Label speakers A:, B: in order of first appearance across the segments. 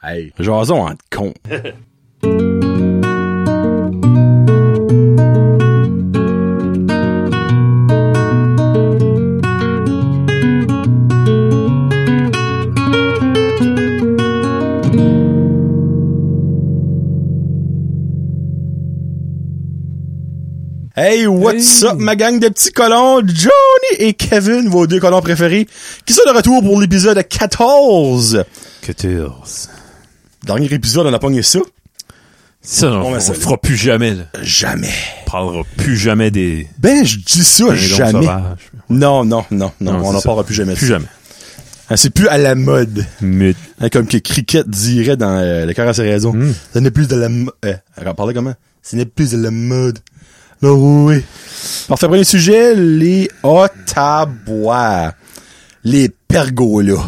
A: Hey, jason en con. Hey, what's up, ma gang de petits colons? Johnny et Kevin, vos deux colons préférés, qui sont de retour pour l'épisode 14. Dernier épisode, on a pogné ça.
B: Ça, on,
A: ben,
B: on
A: ça-
B: fera plus jamais. là.
A: Jamais.
B: On prendra plus jamais des,
A: Ben, je dis ça,
B: des dons
A: jamais.
B: sauvages.
A: Non, non, non, non,
B: Non,
A: on
B: c'est
A: n'en
B: ça.
A: parlera plus jamais. de
B: Plus
A: ça.
B: jamais.
A: Ah, C'est plus à la mode.
B: Mais
A: Hein, comme que Cricket dirait dans euh, Le cœur à ses raisons. Ce n'est plus de la euh, mode. parlez comment? Ce n'est plus de la mode. Non, oui. Parfait, premier sujet, les Ottawa. Les pergolas.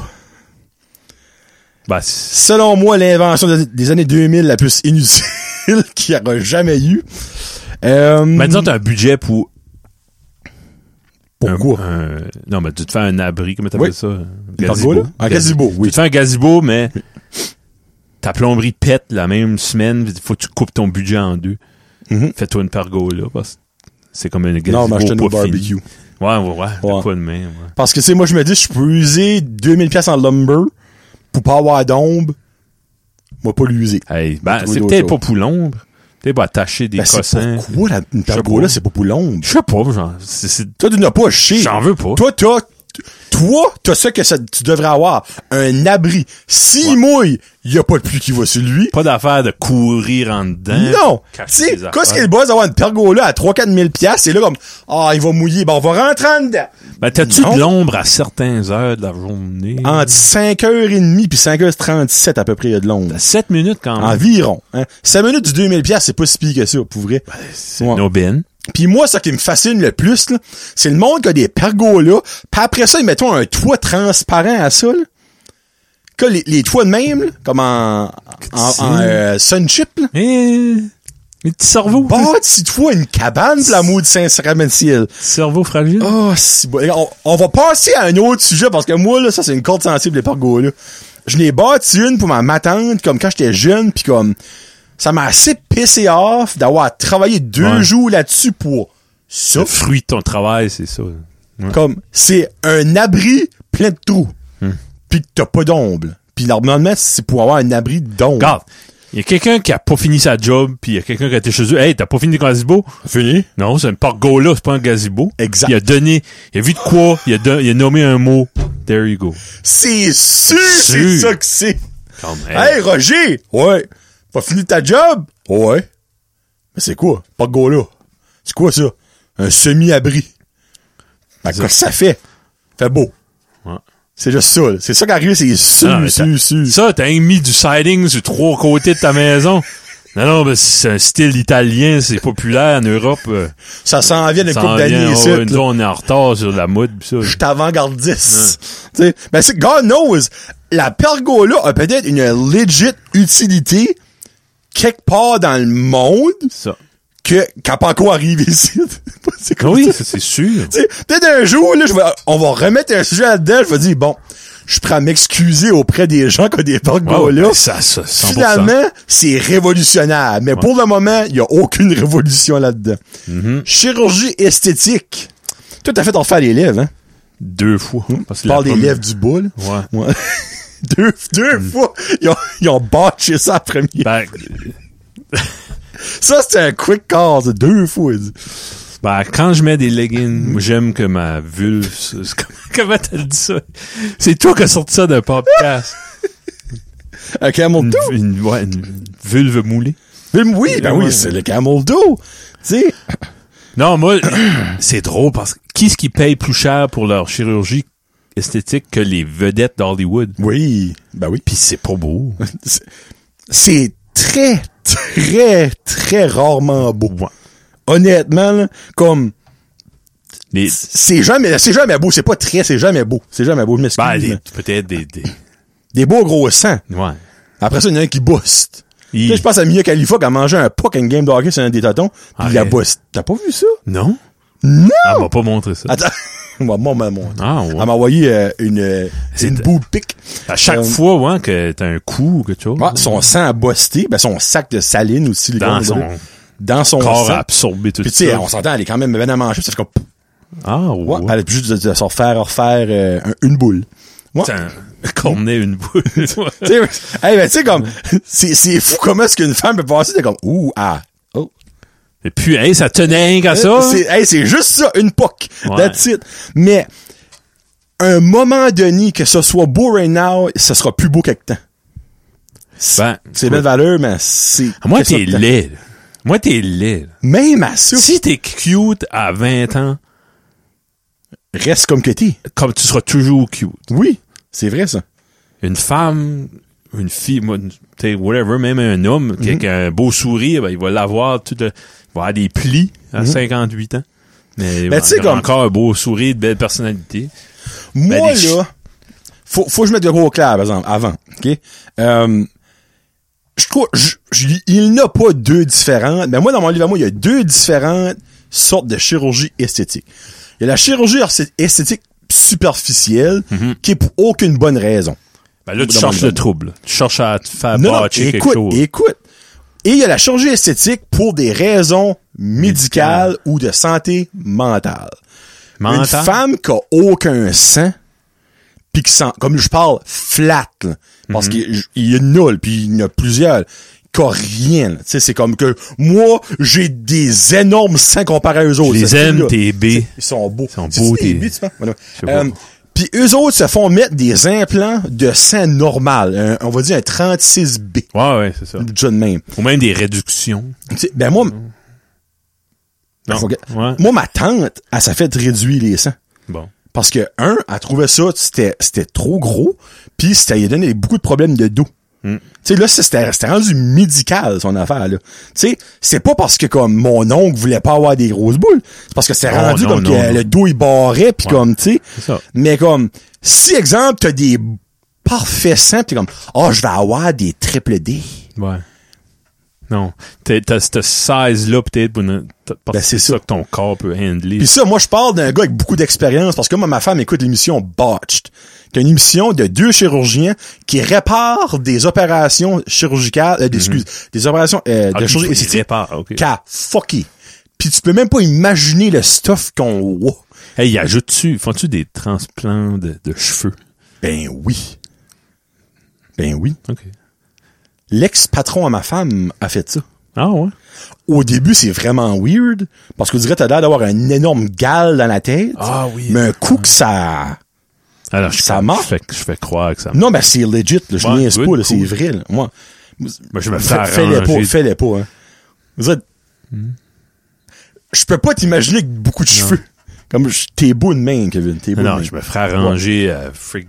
B: bah, c'est-
A: Selon moi, l'invention de- des années 2000 la plus inutile qu'il y aura jamais eu. Euh,
B: ben, disons, t'as un budget pour. un-
A: pourquoi?
B: un- non, mais tu te fais un abri, comment t'appelles
A: Oui.
B: ça? Un
A: pergola? Un gazebo, oui.
B: Tu te fais un gazebo, mais ta plomberie pète la même semaine. Il faut que tu coupes ton budget en deux.
A: Mhm.
B: Fais-toi une pergola. parce que c'est comme un gazebo.
A: non, mais achetez nos
B: pas fini.
A: barbecue.
B: Ouais, ouais, ouais. t'as
A: Ouais.
B: Pas de main, ouais.
A: Parce que, tu sais, moi, je me dis, je peux user 2000 pièces en lumber pour pas avoir d'ombre. Moi, pas l'user.
B: Hey, ben,
A: Trouver
B: c'est
A: d'autres
B: peut-être
A: choses.
B: pas pour l'ombre. Peut-être pas attacher des
A: Ben, c'est
B: cossins.
A: pourquoi la, une
B: sais
A: pergola,
B: pas.
A: c'est pas pour l'ombre?
B: Je sais pas, genre. c'est- c'est-
A: Toi, tu n'as pas chier.
B: J'en veux pas.
A: Toi, t'as, toi, t'as ça que ça- tu devrais avoir. Un abri. S'il mouille, y a pas de pluie qui va sur lui.
B: Pas d'affaire de courir en dedans.
A: Non! Tu
B: Cacher
A: sais,
B: des
A: qu'est-ce
B: affaires.
A: qu'il bosse d'avoir une pergola à 3-4 000 piastres, et là, comme, ah, il va mouiller, ben, on va rentrer en dedans.
B: Ben, t'as-tu
A: Non.
B: de l'ombre à certaines heures de la journée?
A: Entre 5h30 puis 5h37 à peu près, il y a de l'ombre.
B: 7 minutes quand même.
A: Environ, hein. 5 minutes du 2000 piastres, c'est pas si pire que ça, pour vrai.
B: C'est
A: Ouais.
B: une aubaine.
A: Puis moi, ce qui me fascine le plus, là, c'est le monde qui a des pergolas. Puis après ça, ils mettent un toit transparent à ça. Là. Que les, les toits de même, là, comme en, en, en, euh, Sunchip, là.
B: Eh, le petit cerveau.
A: Bâtis-toi une cabane pour l'amour de Saint-Sacrament-Ciel.
B: Petit cerveau fragile.
A: Oh, si bon. On, on va passer à un autre sujet parce que moi, là, ça, c'est une corde sensible, les pergolas. Je n'ai bâti une pour ma matante, comme quand j'étais jeune, puis comme, ça m'a assez pissé off d'avoir travaillé deux
B: Ouais.
A: jours là-dessus pour ça.
B: Le fruit de ton travail, c'est ça. Ouais.
A: Comme, c'est un abri plein de trous.
B: Hmm.
A: Puis que t'as pas d'ombre. Puis normalement, c'est pour avoir un abri d'ombre.
B: Regarde. Il y a quelqu'un qui a pas fini sa job, puis il y a quelqu'un qui a été chez eux. Hey, t'as pas fini ton gazebo?
A: Fini?
B: Non, c'est un pergola, c'est pas un gazebo.
A: Exact.
B: Il a donné, il a vu de quoi, il a, don- il a nommé un mot. There you go.
A: C'est sûr, c'est
B: Sûr.
A: ça que c'est.
B: Comme, hey,
A: Hey, Roger! Ouais. Pas fini ta job? Ouais. Mais c'est quoi? Pas de gars-là. C'est quoi ça? Un semi-abri. Ben,
B: C'est
A: qu'est-ce que ça fait? Fait beau.
B: Ouais.
A: C'est juste ça, là. C'est ça qui arrive, c'est
B: Ah,
A: sûr,
B: mais
A: sûr, sûr.
B: Ça, t'as mis du siding sur trois côtés de ta maison. Non, non, mais c'est un style italien, c'est populaire en Europe. euh,
A: Ça s'en vient d'une
B: ça
A: couple
B: en
A: d'années
B: vient,
A: ici.
B: ouais, nous,
A: là.
B: on est en retard sur la mode, pis ça.
A: je suis avant-gardiste. Tu sais, Ben, c'est, God knows, la pergola a peut-être une legit utilité quelque part dans le monde
B: ça.
A: que, qu'à pas encore arrivé ici. c'est comme
B: Ah Oui,
A: ça.
B: ça, c'est sûr.
A: Tu sais, peut-être un jour, là, je vais, on va remettre un sujet là-dedans, je vais dire, bon, je prends à m'excuser auprès des gens qui ont des
B: Ah Ouais, ben,
A: pergolas.
B: ouais, ça, ça, 100%.
A: Finalement, c'est révolutionnaire. Mais pour le moment, il n'y a aucune révolution là-dedans. Chirurgie esthétique. Toi, t'as fait t'en faire les lèvres, hein?
B: Deux fois. Parce que la
A: Parle des
B: première-
A: lèvres du bout, là.
B: Ouais.
A: Ouais. deux, deux fois, ils ont, ils ont botché ça premier.
B: Ben,
A: Ça, c'était un quick cause, deux fois. il dit.
B: ben, quand je mets des leggings, moi, j'aime que ma vulve... se- se- Comment t'as dit ça? C'est toi qui as sorti ça d'un podcast.
A: Un camel
B: Une,
A: toe.
B: une- ouais, une vulve moulée.
A: Oui, ben
B: Ah
A: oui,
B: ouais.
A: c'est le camel toe. Tu sais,
B: Non, moi, c'est drôle parce que qui est-ce qui paye plus cher pour leur chirurgie esthétique que les vedettes d'Hollywood?
A: oui, ben oui.
B: Puis c'est pas beau.
A: c'est très, très, très rarement beau.
B: Ouais.
A: Honnêtement, là, comme,
B: Les,
A: c'est jamais, c'est jamais beau. C'est pas très, c'est jamais beau. C'est jamais beau, je m'excuse.
B: ben, les-
A: mais-
B: peut-être des, des-
A: Des beaux gros sangs.
B: ouais.
A: Après ça, il y en a un qui booste.
B: Il-
A: Tu sais, je pense à Mia Khalifa qui a mangé un puck à une game de hockey sur un des tâtons, puis il a
B: Arrête.
A: boost. T'as pas vu ça?
B: non?
A: Non!
B: Elle m'a pas montré ça.
A: Attends, moi, moi, moi, moi.
B: Ah, ouais.
A: Elle m'a envoyé euh, une, euh,
B: C'est
A: une
B: de-
A: boule pique.
B: À chaque
A: Euh,
B: fois, ouais, que t'as un coup ou quelque chose.
A: Ouais, son sang a bossé, ben son sac de saline aussi. les gars,
B: dans son
A: là. dans son
B: corps
A: sang.
B: a absorbé tout
A: Puis tu sais,
B: ça.
A: on s'entend, elle est quand même bien à manger. puis Ça fait comme...
B: Ah, ouais.
A: Ouais, Elle a juste de, de se refaire, refaire euh, un- une boule. Ouais.
B: Putain,
A: Mm.
B: qu'on ait une boule.
A: Tu sais, hey, ben, tu sais, comme, c'est, c'est fou comment est-ce qu'une femme peut passer de comme, ouh, ah, oh.
B: Et puis, hey, ça tenait qu'à ça. hein?
A: C'est, hey, c'est juste ça, une poque.
B: Ouais.
A: That's it. Mais, un moment donné, que ce soit beau right now, ce sera plus beau quelque temps. C'est,
B: Ben,
A: c'est belle valeur, mais c'est.
B: Moi,
A: que ça
B: t'es
A: de temps.
B: laid. là. Moi, t'es laid. là.
A: Même à ça,
B: Si t'es cute à 20 ans,
A: reste comme que t'es.
B: comme tu seras toujours cute.
A: Oui. C'est vrai, ça.
B: Une femme, une fille, moi, une- t'sais, whatever, même un homme
A: Mm-hmm.
B: qui a- qui a un beau sourire, ben, il va l'avoir tout de- il va avoir des plis à 58 ans. Mais
A: Mm-hmm. Ben,
B: ben,
A: tu sais, comme-
B: encore un beau sourire, de belle personnalité.
A: Moi,
B: les Ben, chi-
A: là, faut, faut que je mette le gros au clair, par exemple, avant. OK? Euh, je trouve, je- je- il n'y en a pas deux différentes, mais moi, dans mon livre à moi, il y a deux différentes sortes de chirurgie esthétique. Il y a la chirurgie esth- esthétique superficielle,
B: Mhm.
A: qui est pour aucune bonne raison.
B: Ben, là, tu
A: Dans
B: cherches
A: mon-
B: le trouble. Tu cherches à te faire
A: Non, non,
B: bâcher quelque
A: écoute,
B: chose.
A: écoute. Et il y a la chirurgie esthétique pour des raisons médicales ou de santé mentale. Une
B: Mental.
A: femme qui a aucun sang, puis qui sent, comme je parle, flat, là,
B: Mhm.
A: parce qu'il il y a nul, puis il y en a plusieurs, qui a rien. là. Tu sais, c'est comme que moi, j'ai des énormes seins comparés à eux autres.
B: Je les
A: Ces
B: aime,
A: filles-là,
B: tes baies.
A: tu sais, Ils sont beaux.
B: Ils sont
A: C'est
B: beaux,
A: des
B: tes-
A: baies, tu penses? Voilà.
B: sais pas.
A: Euh, Puis eux autres se font mettre des implants de sang normal, un- on va dire un 36B,
B: Ouais, ouais, c'est ça.
A: déjà de même.
B: Ou même des réductions.
A: Tu sais, ben moi,
B: Mhm. Non.
A: faut que-
B: Ouais.
A: moi, ma tante, elle s'est fait réduire les sangs.
B: Bon.
A: Parce que, un, elle trouvait ça, c'était, c'était trop gros, puis ça lui donnait beaucoup de problèmes de dos.
B: Mm.
A: Tu sais, là, ça, c'était, c'était rendu médical, son affaire, là. Tu sais, c'est pas parce que, comme, mon oncle voulait pas avoir des grosses boules. C'est parce que c'était
B: Non,
A: rendu
B: Oh, non,
A: comme
B: non,
A: que
B: non.
A: le dos, il barrait, puis comme, tu
B: C'est
A: sais.
B: ça.
A: Mais comme, si, exemple, t'as des parfaits seins, pis t'es comme, oh, je vais avoir des triple D.
B: Ouais. Non. T'as- T'as cette size-là, peut-être, pour ne- t'as- parce
A: Ben,
B: que
A: c'est
B: c'est ça. que ton corps peut handler.
A: Puis ça, moi, je parle d'un gars avec beaucoup d'expérience parce que moi, ma femme écoute l'émission Botched, qui est une émission de deux chirurgiens qui réparent des opérations chirurgicales, euh, des- excuse, des opérations euh,
B: Mhm. Ah,
A: de
B: tu-
A: chirurgie
B: tu
A: esthétique
B: répares, ok.
A: qu'à fucky. Puis tu peux même pas imaginer le stuff qu'on voit.
B: Hey, y ajoutes-tu, font-tu des transplants de, de cheveux?
A: Ben oui. Ben oui.
B: OK.
A: L'ex-patron à ma femme a fait ça.
B: Ah, ouais.
A: Au début, c'est vraiment weird parce qu'on dirait que t'as l'air d'avoir un énorme gal dans la tête.
B: Ah oui.
A: Mais un coup que ça...
B: Alors, je,
A: Ça
B: je
A: marche?
B: fais, je fais croire que ça marche.
A: Non, mais c'est legit, là, je
B: Ouais,
A: niaise
B: good,
A: pas, là,
B: cool.
A: c'est vrai. là. Moi,
B: Moi, je me fais
A: fais- fais-les pas,
B: arranger.
A: fais-les pas. Hein. Vous êtes- Je peux pas t'imaginer avec beaucoup de cheveux. Comme je- t'es beau de main, Kevin. T'es beau
B: Non,
A: de
B: je
A: main.
B: me ferais arranger euh, fric-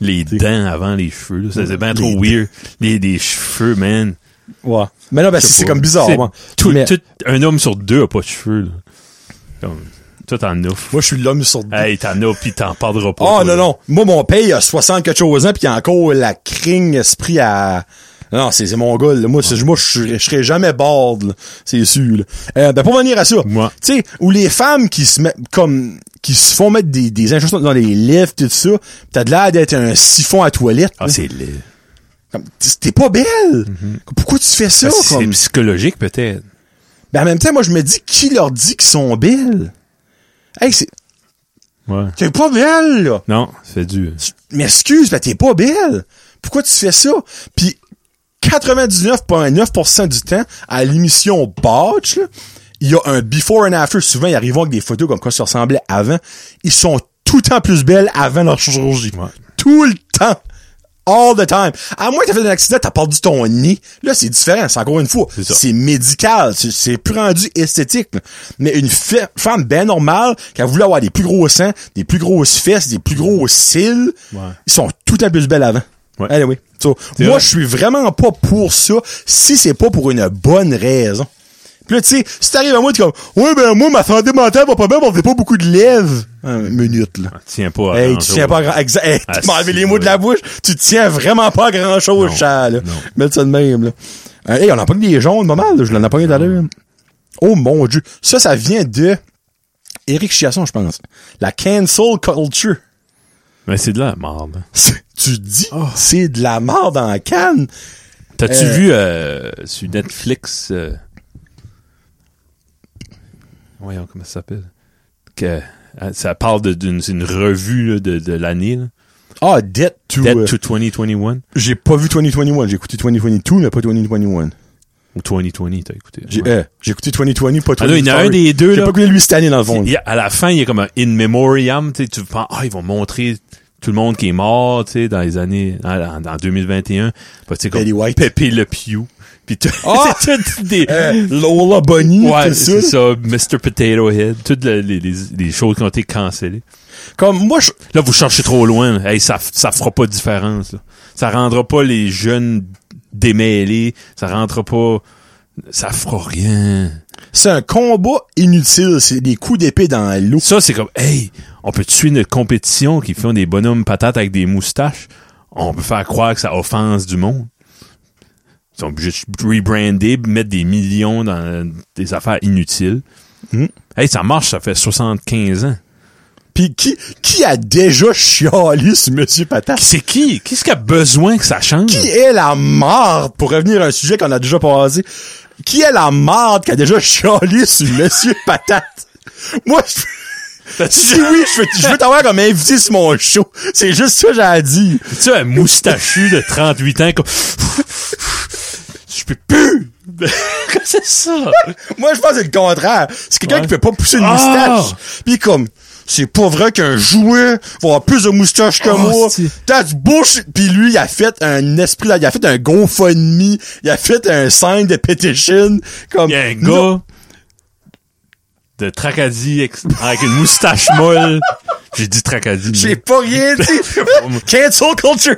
B: les dents avant les cheveux. là. Ça faisait bien trop weird. Les, les cheveux, man.
A: Ouais. Mais non, ben,
B: Je
A: c'est
B: sais
A: c'est
B: pas.
A: comme bizarre.
B: C'est
A: moi.
B: tout-
A: Mais
B: tout- un homme sur deux a pas de cheveux. Là. Comme, toi, t'en as.
A: Moi, je suis l'homme sur deux.
B: Hey, t'en as, pis t'en parleras pas.
A: Oh non,
B: toi, là.
A: non. Moi, mon père, il a 60 quelque chose ans, puis il a encore la crigne esprit à... Non, non, c'est c'est mon gars. là. Moi, c'est- moi, je serais- je serais jamais bored, là. c'est sûr. là. Euh, ben, pour venir à ça,
B: Ouais.
A: tu sais, où les femmes qui se mettent comme... qui se font mettre des, des injections dans les lèvres, tout ça, pis t'as de l'air d'être un siphon à toilette.
B: Ah,
A: là.
B: c'est laid.
A: Comme, t'es- T'es pas belle! Pourquoi tu fais ça?
B: Parce que Ah, Ben, C'est
A: comme?
B: psychologique, peut-être.
A: Ben, en même temps, moi, je me dis, qui leur dit qu'ils sont belles? Hey, c'est...
B: Ouais.
A: T'es pas belle, là!
B: Non, c'est dur.
A: mais excuse, ben t'es pas belle. Pourquoi tu fais ça? Puis 99,9% du temps, à l'émission Botch, là, il y a un before and after. Souvent, ils arrivent avec des photos comme quoi ils se ressemblaient avant. Ils sont tout le temps plus belles avant leur chirurgie.
B: Ouais.
A: Tout le temps. All the time. À moins que t'as fait un accident, t'as perdu ton nez. Là, c'est différent. C'est encore une fois.
B: ça.
A: C'est médical. C'est- C'est plus rendu esthétique. là. Mais une fe- femme bien normale, qui a voulu avoir des plus gros seins, des plus grosses fesses, des plus gros cils,
B: Ouais.
A: ils sont tout un peu plus belles avant.
B: Ouais.
A: Anyway. So, moi,
B: vrai.
A: je suis vraiment pas pour ça si c'est pas pour une bonne raison. Puis là, tu sais, si t'arrives à moi, t'es comme, ouais, ben, moi, ma santé mentale va pas bien, on fait pas beaucoup de lèvres.
B: Ah,
A: Un minute, là.
B: Tiens pas à
A: Hey,
B: grand
A: tu
B: chose.
A: tiens pas à grand... Exact. Hey,
B: Ah,
A: tu m'as enlevé
B: si,
A: les mots de
B: ouais.
A: la bouche. Tu tiens vraiment pas à grand chose,
B: Non,
A: Charles.
B: non.
A: Mets ça de même, là. Euh, hey, on a pas que des jaunes, pas mal, là. Je l'en ai pas eu tout à l'heure. Oh mon dieu. Ça, ça vient de Éric Chiasson, je pense. La cancel culture.
B: Mais c'est de la merde. hein.
A: C'est- Tu dis,
B: Ah.
A: c'est de la merde en canne.
B: T'as-tu
A: Euh,
B: vu euh, sur Netflix euh... Voyons comment ça s'appelle. Que euh, ça parle de- d'une c'est une revue là, de, de l'année. là.
A: Ah, Debt to...
B: Dead
A: euh,
B: to 2021
A: J'ai pas vu 2021. J'ai écouté 2022, mais pas 2021.
B: ou 2020, t'as écouté.
A: J'ai
B: Ouais.
A: euh, j'ai écouté 2020, pas 2020.
B: Ah non, il y en a un des deux
A: J'ai
B: là.
A: pas écouté lui cette année, dans le fond.
B: Il y a- à la fin, il y a comme un in memoriam, tu sais, tu penses ah ils vont montrer tout le monde qui est mort, tu sais, dans les années en, en 2021, Puis, tu sais, comme
A: Betty White.
B: Pépé Le Pew. Puis tout-
A: Ah!
B: c'est tout des
A: Euh, Lola Bunny,
B: Ouais,
A: tout ça.
B: c'est ça, Mr. Potato Head, toutes le- les, les, les choses qui ont été cancellées.
A: Comme moi, je...
B: Là, vous cherchez trop loin. là. Hey, ça, f- ça fera pas de différence. là. Ça rendra pas les jeunes démêlés. Ça rendra pas... Ça fera rien.
A: c'est un combat inutile. C'est des coups d'épée dans l'eau.
B: Ça, c'est comme, hey, on peut tuer notre compétition qui font des bonhommes patates avec des moustaches. On peut faire croire que ça offense du monde. Ils sont obligés de rebrander, mettre des millions dans des affaires inutiles.
A: Mhm.
B: Hey, ça marche, ça fait 75 ans.
A: Puis qui, qui a déjà chialé sur Monsieur Patate?
B: C'est qui? Qu'est-ce qui a besoin que ça change?
A: Qui est la marde, pour revenir à un sujet qu'on a déjà passé, qui est la marde qui a déjà chialé sur Monsieur Patate? Moi, je... Si oui, je veux, je veux t'avoir comme invité sur mon show. C'est juste ça que j'ai à dire.
B: Tu sais, un moustachu de 38 ans, comme... Je peux plus! Qu'est-ce que c'est ça?
A: Moi, je pense que c'est le contraire. C'est quelqu'un
B: Ouais.
A: qui peut pas pousser une
B: Ah!
A: moustache. Puis comme, c'est pas vrai qu'un jouet va avoir plus de moustache que
B: Oh,
A: moi.
B: c'est-
A: That's bullshit. Puis lui, il a fait un esprit, il a fait un GoFundMe, il a fait un sign de petition. Comme,
B: Il y a un gars
A: Non,
B: de Tracadie ex- avec une moustache molle. J'ai dit Tracadie.
A: J'ai
B: mais-
A: pas rien dit. Cancel culture.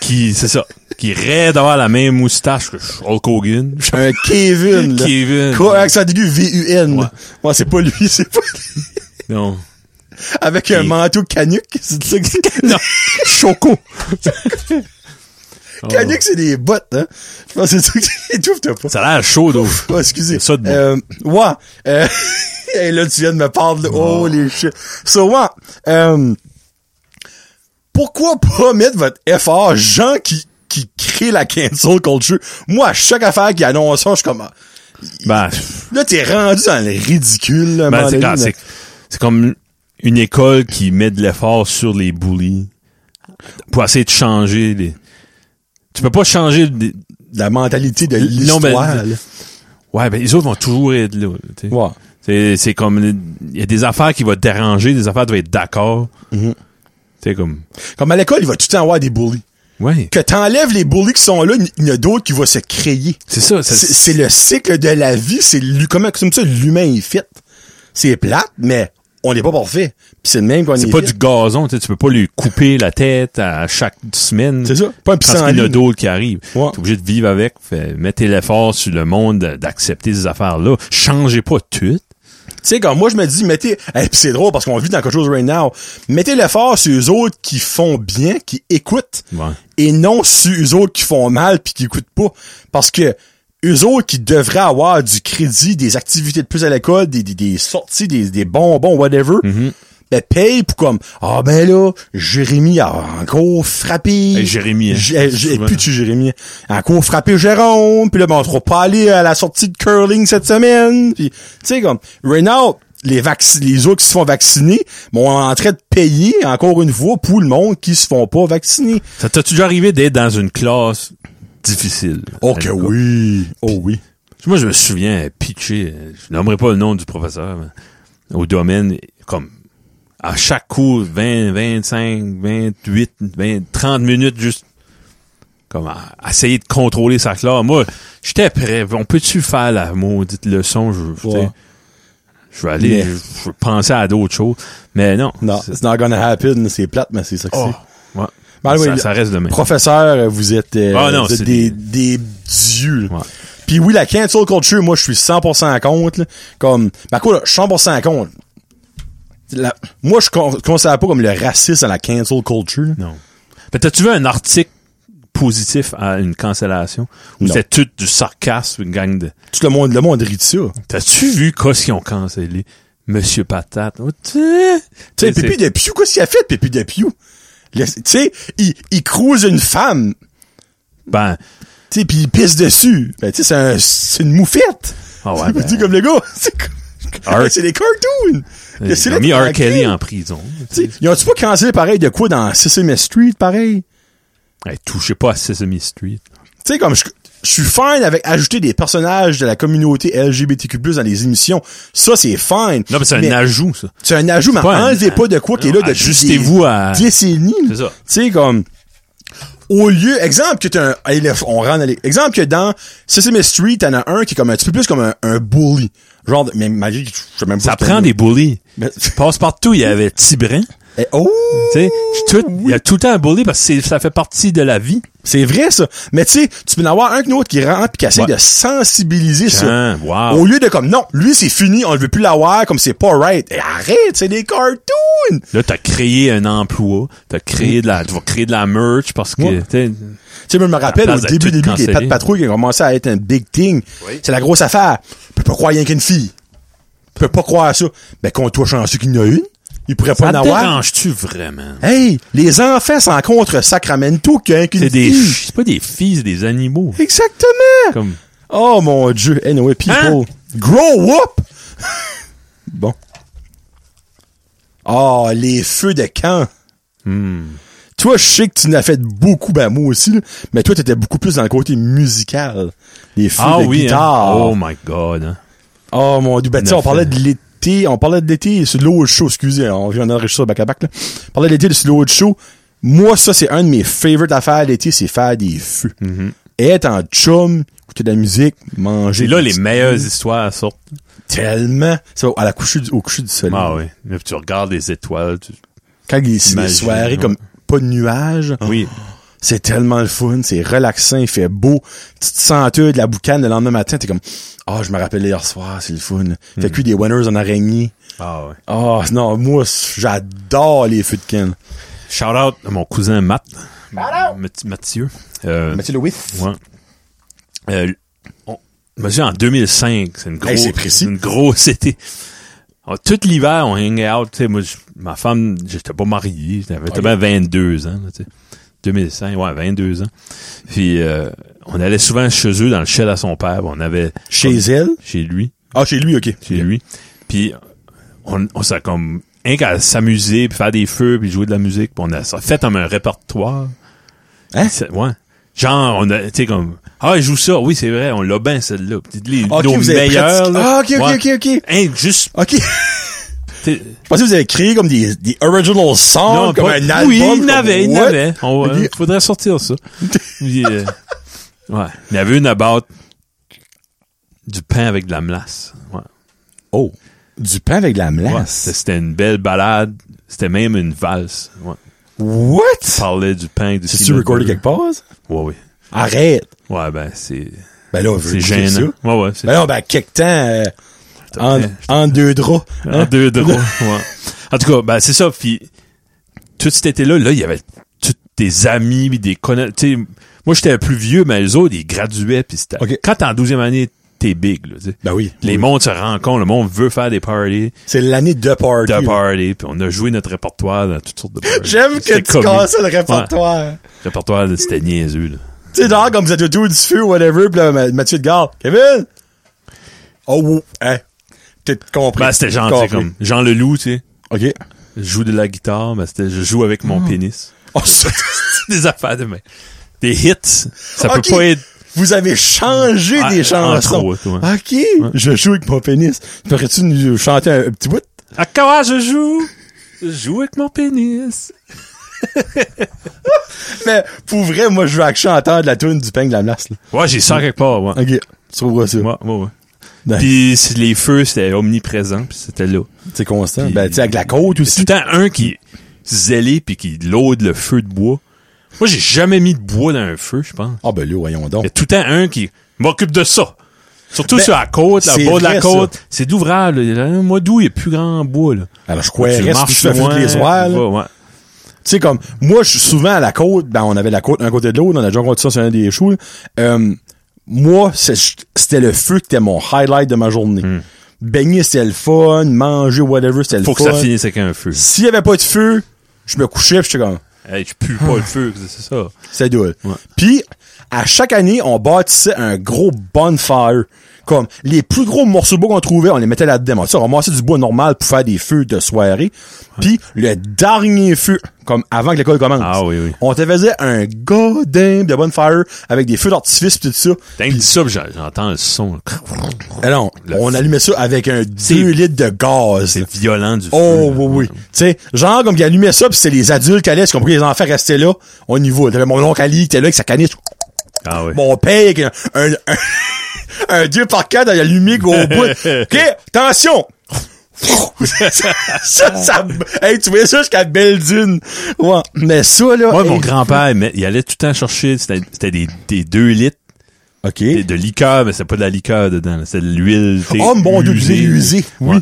B: Qui, c'est ça. Qui rêve d'avoir la même moustache que Hulk Hogan.
A: un Kevin, là.
B: Kevin.
A: Quoi, accent aigu, V-U-N.
B: Ouais.
A: Ouais, c'est pas lui, c'est pas
B: Non.
A: Avec un
B: Et-
A: manteau canuc, c'est ça que c'est.
B: Non. Choco. Oh.
A: Canuc, c'est des bottes, hein. Je pense que c'est ça que étouffe t'as pas.
B: Ça a l'air chaud, d'eau.
A: Oh, excusez.
B: Ça de bon.
A: Euh, ouais. Euh, et là, tu viens de me parler.
B: Ah.
A: de- Oh, les shit. So, ouais. Euh, pourquoi pas mettre votre effort, gens qui, qui créent la cancel culture? Moi, à chaque affaire qui annonce ça, je suis comme, ah,
B: Ben,
A: là, t'es rendu dans le ridicule, là, à un
B: ben,
A: moment
B: c'est,
A: donné,
B: quand-
A: là.
B: c'est, c'est comme une école qui met de l'effort sur les bullies pour essayer de changer les... Tu peux pas changer des-
A: la mentalité de
B: Non, ben,
A: l'histoire, là.
B: Ouais, ben les autres vont toujours être là. tu sais.
A: Ouais.
B: C'est, c'est comme il y a des affaires qui vont te déranger, des affaires qui doivent être d'accord.
A: Mm-hmm.
B: C'est comme
A: Comme à l'école, il va tout le temps avoir des bullies.
B: ouais,
A: Que t'enlèves les bullies qui sont là, il y en a d'autres qui vont se créer.
B: c'est ça, ça-
A: C'est c'est le cycle de la vie, c'est l'hu- comment comme ça l'humain est fit. C'est plate, mais on n'est pas parfait. Puis c'est le même qu'on est.
B: c'est pas
A: fit.
B: du gazon, tu sais, tu peux pas lui couper la tête à chaque semaine.
A: C'est ça, pas un
B: Parce qu'il y en a
A: pissenlit.
B: d'autres qui arrivent.
A: Ouais.
B: T'es obligé de vivre avec. Fait, mettez l'effort sur le monde de- d'accepter ces affaires-là. Changez pas tout.
A: Tu sais quand moi je me dis mettez et puis c'est drôle parce qu'on vit dans quelque chose right now. Mettez l'effort sur les autres qui font bien, qui écoutent
B: Ouais.
A: et non sur les autres qui font mal puis qui écoutent pas parce que eux autres qui devraient avoir du crédit, des activités de plus à l'école, des, des, des sorties, des, des bonbons, whatever,
B: Mhm.
A: ben paye pour comme Ah ben là, Jérémy a encore frappé.
B: Hey, Jérémy, hein.
A: J'ai- j'ai-
B: Souvent.
A: plus tu Jérémy. Encore frappé Jérôme, puis là ben on ne pas aller à la sortie de curling cette semaine. Puis tu sais comme Renault les vaccins, les autres qui se font vacciner, ben, on est en train de payer encore une fois pour le monde qui se font pas vacciner.
B: Ça t'a toujours arrivé d'être dans une classe difficile.
A: Ok
B: À l'école?
A: oui. Oh oui.
B: Moi, je me souviens, euh, pitché, euh, je nommerai pas le nom du professeur, mais au domaine, comme, à chaque cours, 20, 25, 28, 20, 30 minutes, juste, comme, à- à essayer de contrôler sa classe. Moi, j'étais prêt. On peut-tu faire la maudite leçon? Je, je-
A: Ouais.
B: je vais aller,
A: Mais-
B: je, je vais penser à d'autres choses. Mais non.
A: Non,
B: C'est-
A: it's not gonna happen, c'est plate, mais c'est ça que
B: Oh,
A: c'est.
B: ouais.
A: By the way,
B: ça, ça reste le même.
A: Professeur, vous êtes, euh,
B: Ah non,
A: vous êtes
B: c'est
A: des, des dieux. là.
B: Ouais.
A: Puis oui, la cancel culture, moi, je suis 100% contre. là. Comme, ben quoi, là, je suis 100% contre. La- moi, je ne considère pas comme le racisme à la cancel culture. là.
B: Non. Mais t'as-tu vu un article positif à une cancellation? Où
A: Non.
B: c'était tout du sarcasme, une gang de...
A: Tout le monde, le monde rit de ça.
B: T'as-tu vu quoi ce qu'ils ont cancellé? Monsieur Patate. Oh, tu
A: Tu sais,
B: c'est-
A: Pépi Depiou, qu'est-ce qu'il a fait, Pépi Depiou? Le- Tu sais, il, il crouse une femme,
B: Ben,
A: tu sais, puis il pisse dessus. Ben, tu sais, c'est un- c'est une moufette.
B: Ah ouais,
A: C'est pas
B: ben.
A: dit comme le gars. C'est comme-
B: Art.
A: C'est des cartoons.
B: ils
A: Laissez-les
B: ont mis R.
A: tranquille.
B: Kelly en prison.
A: Tu sais, Ils ont-tu pas cancellé pareil de quoi dans Sesame Street, pareil?
B: Hey, touchez pas à Sesame Street.
A: Tu sais, comme je, je suis fine avec ajouter des personnages de la communauté LGBTQ+, dans les émissions. Ça, c'est fine.
B: Non, mais c'est un ajout, ça.
A: C'est un ajout, mais
B: pas un-
A: enlevez pas de quoi qui est là
B: Non,
A: depuis
B: ajustez-vous
A: des
B: à-
A: décennies.
B: C'est ça.
A: Tu sais, comme... Au lieu, exemple que t'es un, allez, là, on rentre, allez. exemple que dans Sesame Street, t'en as un qui est comme un petit peu plus comme un, un bully. Genre, de- mais malgré que je sais même pas.
B: Ça
A: si c'est
B: prend
A: un-
B: des bullies.
A: Mais-
B: Passe partout, il y avait Tibran.
A: Eh, oh!
B: Tu sais, tout- il y a tout le temps un bully parce que c'est- ça fait partie de la vie.
A: C'est vrai, ça. Mais tu sais, tu peux en avoir un qu'une autre qui rentre pis qui essaie
B: Ouais.
A: de sensibiliser ça.
B: Hein, wow.
A: Au lieu de comme, non, lui, c'est fini, on ne veut plus l'avoir, comme c'est pas right. Eh, arrête, c'est des cartoons!
B: Là, t'as créé un emploi, t'as créé de la, tu vas créer de la merch parce que,
A: Ouais.
B: tu sais,
A: Tu sais, moi, je me rappelle,
B: À
A: au
B: place de
A: début,
B: tout
A: début, les
B: canceller.
A: pattes patrouilles qui ont commencé à être un big thing. C'est la grosse affaire. Tu peux pas croire rien qu'une fille. Tu peux pas croire ça. Ben, qu'on toi chanceux qu'il y en a une. Il pourrait pas
B: ça
A: en
B: te
A: avoir.
B: dérange-tu vraiment?
A: Hey, les enfants s'en contre Sacramento qu'il y en a qu'une
B: C'est des,
A: fille.
B: chi- c'est pas des filles, c'est des animaux.
A: Exactement!
B: Comme,
A: Oh mon dieu. Anyway, people.
B: Hein?
A: Grow up! bon. Ah, les feux de camp.
B: Hmm.
A: Toi, je sais que tu n'as fait beaucoup, ben moi aussi, là, mais toi, t'étais beaucoup plus dans le côté musical. Les feux
B: ah
A: de
B: oui, hein.
A: guitare.
B: oh my god, hein.
A: Oh mon dieu, ben, tu sais, on
B: Neuf,
A: parlait
B: hein.
A: de l'été, on parlait de l'été sur l'eau de show, excusez, on vient d'enregistrer ça back à back, là. On parlait de l'été sur l'eau de show. Moi, ça, c'est un de mes favorite affaires d'été, c'est faire des feux.
B: Mm-hmm.
A: Être en chum, écouter de la musique, manger.
B: J'ai là
A: des
B: les
A: petits-
B: meilleures histoires sortent.
A: Tellement. Ça va à la couche du, au coucher du soleil.
B: Ah oui. Là, tu regardes les étoiles. tu-
A: Quand il y a des
B: Imagine,
A: soirées
B: ouais.
A: comme pas de nuages,
B: Oui.
A: c'est tellement le fun, c'est relaxant, il fait beau. Tu te sens de la boucane le lendemain matin, t'es comme, ah, je me rappelle hier soir, c'est le fun.
B: Mm.
A: Fait que des winners en araignée.
B: Ah oui.
A: Ah, non, moi, j'adore les feux de canne.
B: Shout out à mon cousin Matt. Math- Mathieu. Euh,
A: Mathieu Louis.
B: ouais. Euh, on- Mathieu, en 2005, c'est une
A: Hey,
B: grosse,
A: c'est précis.
B: une grosse été. Alors, tout l'hiver, on hang out. tu sais, Moi, je- ma femme, j'étais pas marié. J'avais
A: Ok.
B: tellement 22 ans. là, tu sais. 2005, ouais, 22 ans. Puis, euh, on allait souvent chez eux, dans le shed à son père. On avait...
A: Chez elle?
B: Chez lui.
A: Ah, chez lui, ok.
B: chez lui. Puis on, on s'est comme rien qu'à s'amuser, puis faire des feux, puis jouer de la musique, puis on a ça fait comme un répertoire.
A: Hein?
B: C'est- Ouais. Genre, on a, tu sais, comme, ah, il joue ça, oui, c'est vrai, on l'a bien, celle-là. Puis Les,
A: Ah, Ok,
B: nos
A: vous avez pratiqué-
B: meilleurs, là.
A: Ah, ok, ok,
B: Ouais.
A: ok, ok.
B: Hein, juste,
A: Ok.
B: tu sais,
A: Je pensais que vous avez créé comme des, des original songs,
B: non,
A: Ah, comme
B: pas-
A: un album.
B: Oui, il
A: comme,
B: n'avait, il
A: what?
B: n'avait. On, va-
A: Ok.
B: faudrait sortir ça. Puis, euh, ouais. Il y avait une about du pain avec de la melasse. Ouais.
A: Oh. Du pain avec de la
B: Ouais,
A: melasse.
B: c'était c'était une belle balade. C'était même une valse. Ouais.
A: What?
B: Parlait du pain et du
A: C'est-tu
B: peanut
A: recordé
B: butter.
A: quelque part? ça?
B: Ouais, oui.
A: Arrête.
B: Ouais, ben, c'est,
A: Ben là, veux
B: c'est
A: écouter
B: gênant.
A: ça.
B: Ouais, ouais, c'est
A: Ben non, ben, quelque temps, euh, en, en deux draps.
B: en deux drôles. ouais. En tout cas, ben, c'est ça. Puis, tout cet été-là, là, il y avait tous des amis, puis des connaissances. Tu sais, moi, j'étais plus vieux, mais les autres, ils graduaient, puis c'était,
A: Ok.
B: quand t'es en douzième année, t'es big, là, tu sais.
A: Ben oui.
B: Les mondes se rencontrent, le monde veut faire des parties,
A: C'est l'année de party.
B: de party, puis on a joué notre répertoire dans toutes sortes de parties.
A: J'aime que
B: C'était
A: tu
B: comique.
A: casses le répertoire.
B: Le répertoire, là, c'était niaiseux, là.
A: Tu sais, genre, comme vous êtes autour du feu ou whatever, pis là, Ma- Mathieu de garde. Kevin! Oh, wow. hein. T'es compris.
B: Ben, c'était genre, tu sais,
A: Compris.
B: comme Jean Leloup, tu sais.
A: OK.
B: Je joue de la guitare, ben, c'était, je joue avec mon pénis.
A: Oh, ça-
B: des affaires de main. Des hits. Ça
A: Ok.
B: peut pas être.
A: vous avez changé
B: Ah,
A: des
B: en
A: chansons.
B: trop, toi.
A: OK. Je joue avec mon pénis. Pourrais-tu nous chanter un, un petit bout?
B: À quoi je joue? Je joue avec mon pénis.
A: Mais, pour vrai, moi, je joue avec chanteur de la tune du pain de la glace, là.
B: Ouais, j'ai ça quelque part, ouais.
A: Hmm. OK. Tu trouveras ça.
B: Ouais, ouais, ouais.
A: Ben,
B: Puis c'est- les feux, c'était omniprésent, puis c'était là.
A: c'est constant.
B: puis-
A: ben, tu sais, avec la côte
B: C'est
A: aussi.
B: tout le temps un qui est zélé puis qui laude le feu de bois. Moi, j'ai jamais mis de bois dans un feu, je pense.
A: Ah, ben, là, voyons donc.
B: Il y a tout le temps un qui m'occupe de ça. Surtout
A: Ben,
B: sur la côte, là,
A: c'est
B: bas de la
A: vrai,
B: côte. C'est d'ouvrage, là. Moi, d'où il n'y a plus grand bois, là.
A: Alors, je croirais,
B: tu
A: si tu
B: marches
A: fais
B: loin,
A: foutre les oies, là.
B: ouais, ouais.
A: tu sais, comme, moi, je suis souvent à la côte, ben, on avait la côte d'un côté de l'autre, on a déjà compté ça sur un des shows, là. Euh, moi, c'est- c'était le feu qui était mon highlight de ma journée. Baigner, c'était le fun. Manger, whatever, c'était le
B: Hmm. Faut
A: fun.
B: que ça finisse avec un feu.
A: S'il y avait pas de feu, je me couchais pis j'étais comme,
B: Hey, je pue pas le
A: Ah.
B: feu, c'est ça.
A: c'est doux.
B: Ouais.
A: Puis, à chaque année, on bâtissait un gros bonfire. Comme, les plus gros morceaux de bois qu'on trouvait, on les mettait là-dedans. Tu sais, on ramassait du bois normal pour faire des feux de soirée. Puis, le dernier feu, comme avant que l'école commence.
B: Ah oui, oui.
A: On te faisait un goddamn de bonfire avec des feux d'artifice pis tout ça.
B: T'as dit ça, pis j'en- j'entends le son.
A: Alors,
B: Le
A: on
B: feu.
A: allumait ça avec un 2 litres de gaz.
B: C'est violent du feu.
A: Oh,
B: là.
A: oui, oui. Tu sais, genre, comme, il allumait ça, pis c'était les adultes qui allaient, c'est compris, les enfants restaient là, au niveau. T'avais mon oncle Ali qui était là, avec sa caniche,
B: Ah oui.
A: mon père, avec un, un, un, un dieu par quatre, il allumait gros bout. OK, attention! ça, ça, ça- hey, tu vois ça jusqu'à Beldune. Ouais. Mais ça, là.
B: Moi,
A: hey,
B: mon grand-père, il met- il allait tout le temps chercher, c'était c'était des, des deux litres
A: OK.
B: de- de liqueur, mais c'est pas de la liqueur dedans, là, c'est de l'huile. tu sais,
A: Oh, mon dieu,
B: usée.
A: usé, usé. Oui.
B: Ouais.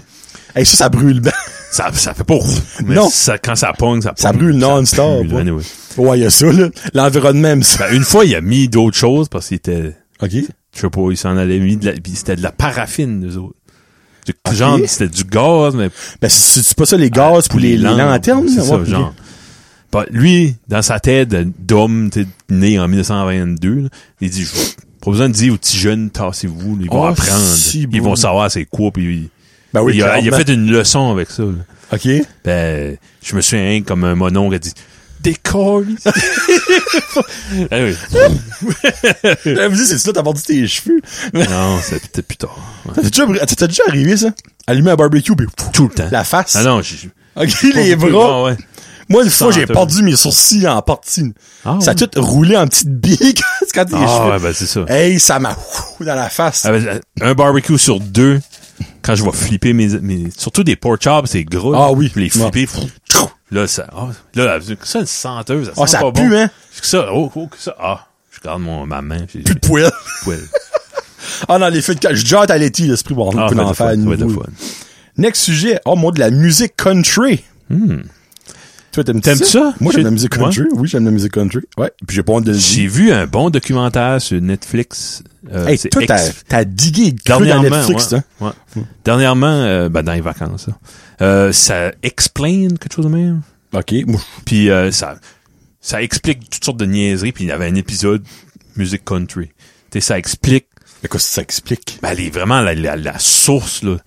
A: Hey, ça, ça brûle bien.
B: Ça, ça fait pas. ouf, Mais
A: Non.
B: ça- quand ça pogne, ça pogne.
A: Ça brûle non-stop,
B: pue, là,
A: ouais.
B: anyway.
A: Ouais, il y a ça, là. L'environnement aime ça.
B: Ben, une fois, il a mis d'autres choses parce qu'il était,
A: OK. Ben,
B: je sais pas, il s'en allait mis de la, puis c'était de la paraffine, nous autres. Du, Genre, c'était du gaz, mais
A: Ben, c'est- Ah, c'est c'est pas ça, les gaz pour les, les lanternes,
B: Ah, C'est
A: là?
B: ça,
A: Ouais,
B: genre. Bah, lui, dans sa tête de- d'homme, tu sais, né en 1922, là, il dit, Je- pas besoin de dire aux petits jeunes, tassez-vous, là, ils vont
A: Oh,
B: apprendre.
A: si
B: ils
A: bon.
B: vont savoir c'est quoi, puis
A: Ben oui,
B: il, a, il a
A: clairement.
B: fait une leçon avec ça. là.
A: OK.
B: Ben, je me souviens hein, comme un monon qui a dit, décolle! ah oui.
A: Elle me dit, c'est ça, t'as mordu tes cheveux.
B: Non, c'était plus tard. Ouais.
A: T'as déjà, br- t'as déjà arrivé, ça? Allumer un barbecue, puis pff,
B: Tout le temps.
A: la face.
B: Ah non, j'ai-
A: OK, les bras.
B: Ouais, ouais.
A: Moi, une fois, j'ai
B: Senteux.
A: perdu mes sourcils en partie.
B: Ah,
A: ça a
B: ouais.
A: tout roulé en petite bille quand- quand tes
B: Ah,
A: cheveux.
B: ouais, ben, c'est ça.
A: Hey, ça m'a ouf, dans la face.
B: Ah ben, un barbecue sur deux, quand je vais flipper mes, mes- surtout des pork chops, c'est gros.
A: Ah oui.
B: Je Les flipper, fou, tchou, là, ça, ah, là, ça, une senteuse, ça
A: Ah,
B: sent
A: ça
B: pas
A: pue,
B: bon.
A: hein?
B: Ça, oh, oh, que ça, ah, je garde mon, ma main, puis
A: Plus de poils.
B: poil.
A: Ah non, les feux de cache. J'ai hâte à l'été, l'esprit bon, on
B: Ah,
A: peut
B: ça va
A: en
B: être
A: faire
B: fun,
A: une
B: ça va être
A: nouveau.
B: fun.
A: Next sujet. Oh, moi, de la musique country. Toi, t'aimes
B: T'aimes-tu Hmm. ça?
A: Moi, j'aime
B: J'ai-
A: la musique
B: Ouais.
A: country. Oui, j'aime la musique country. Ouais. Puis j'ai pas honte de le dire.
B: J'ai vu un bon documentaire sur Netflix. euh,
A: Hey,
B: c'est
A: toi,
B: Ex-
A: t'as, t'as digué le creux dans
B: Dernièrement,
A: Netflix,
B: ouais,
A: hein?
B: ouais. Dernièrement, euh, ben, dans les vacances, là. Euh, ça explain quelque chose de même.
A: OK. moi,
B: Puis euh, ça, ça explique toutes sortes de niaiseries. Puis il y avait un épisode musique country. Tu sais, ça explique
A: Mais qu'est-ce que ça explique?
B: ben, les, vraiment la, la, la source, là.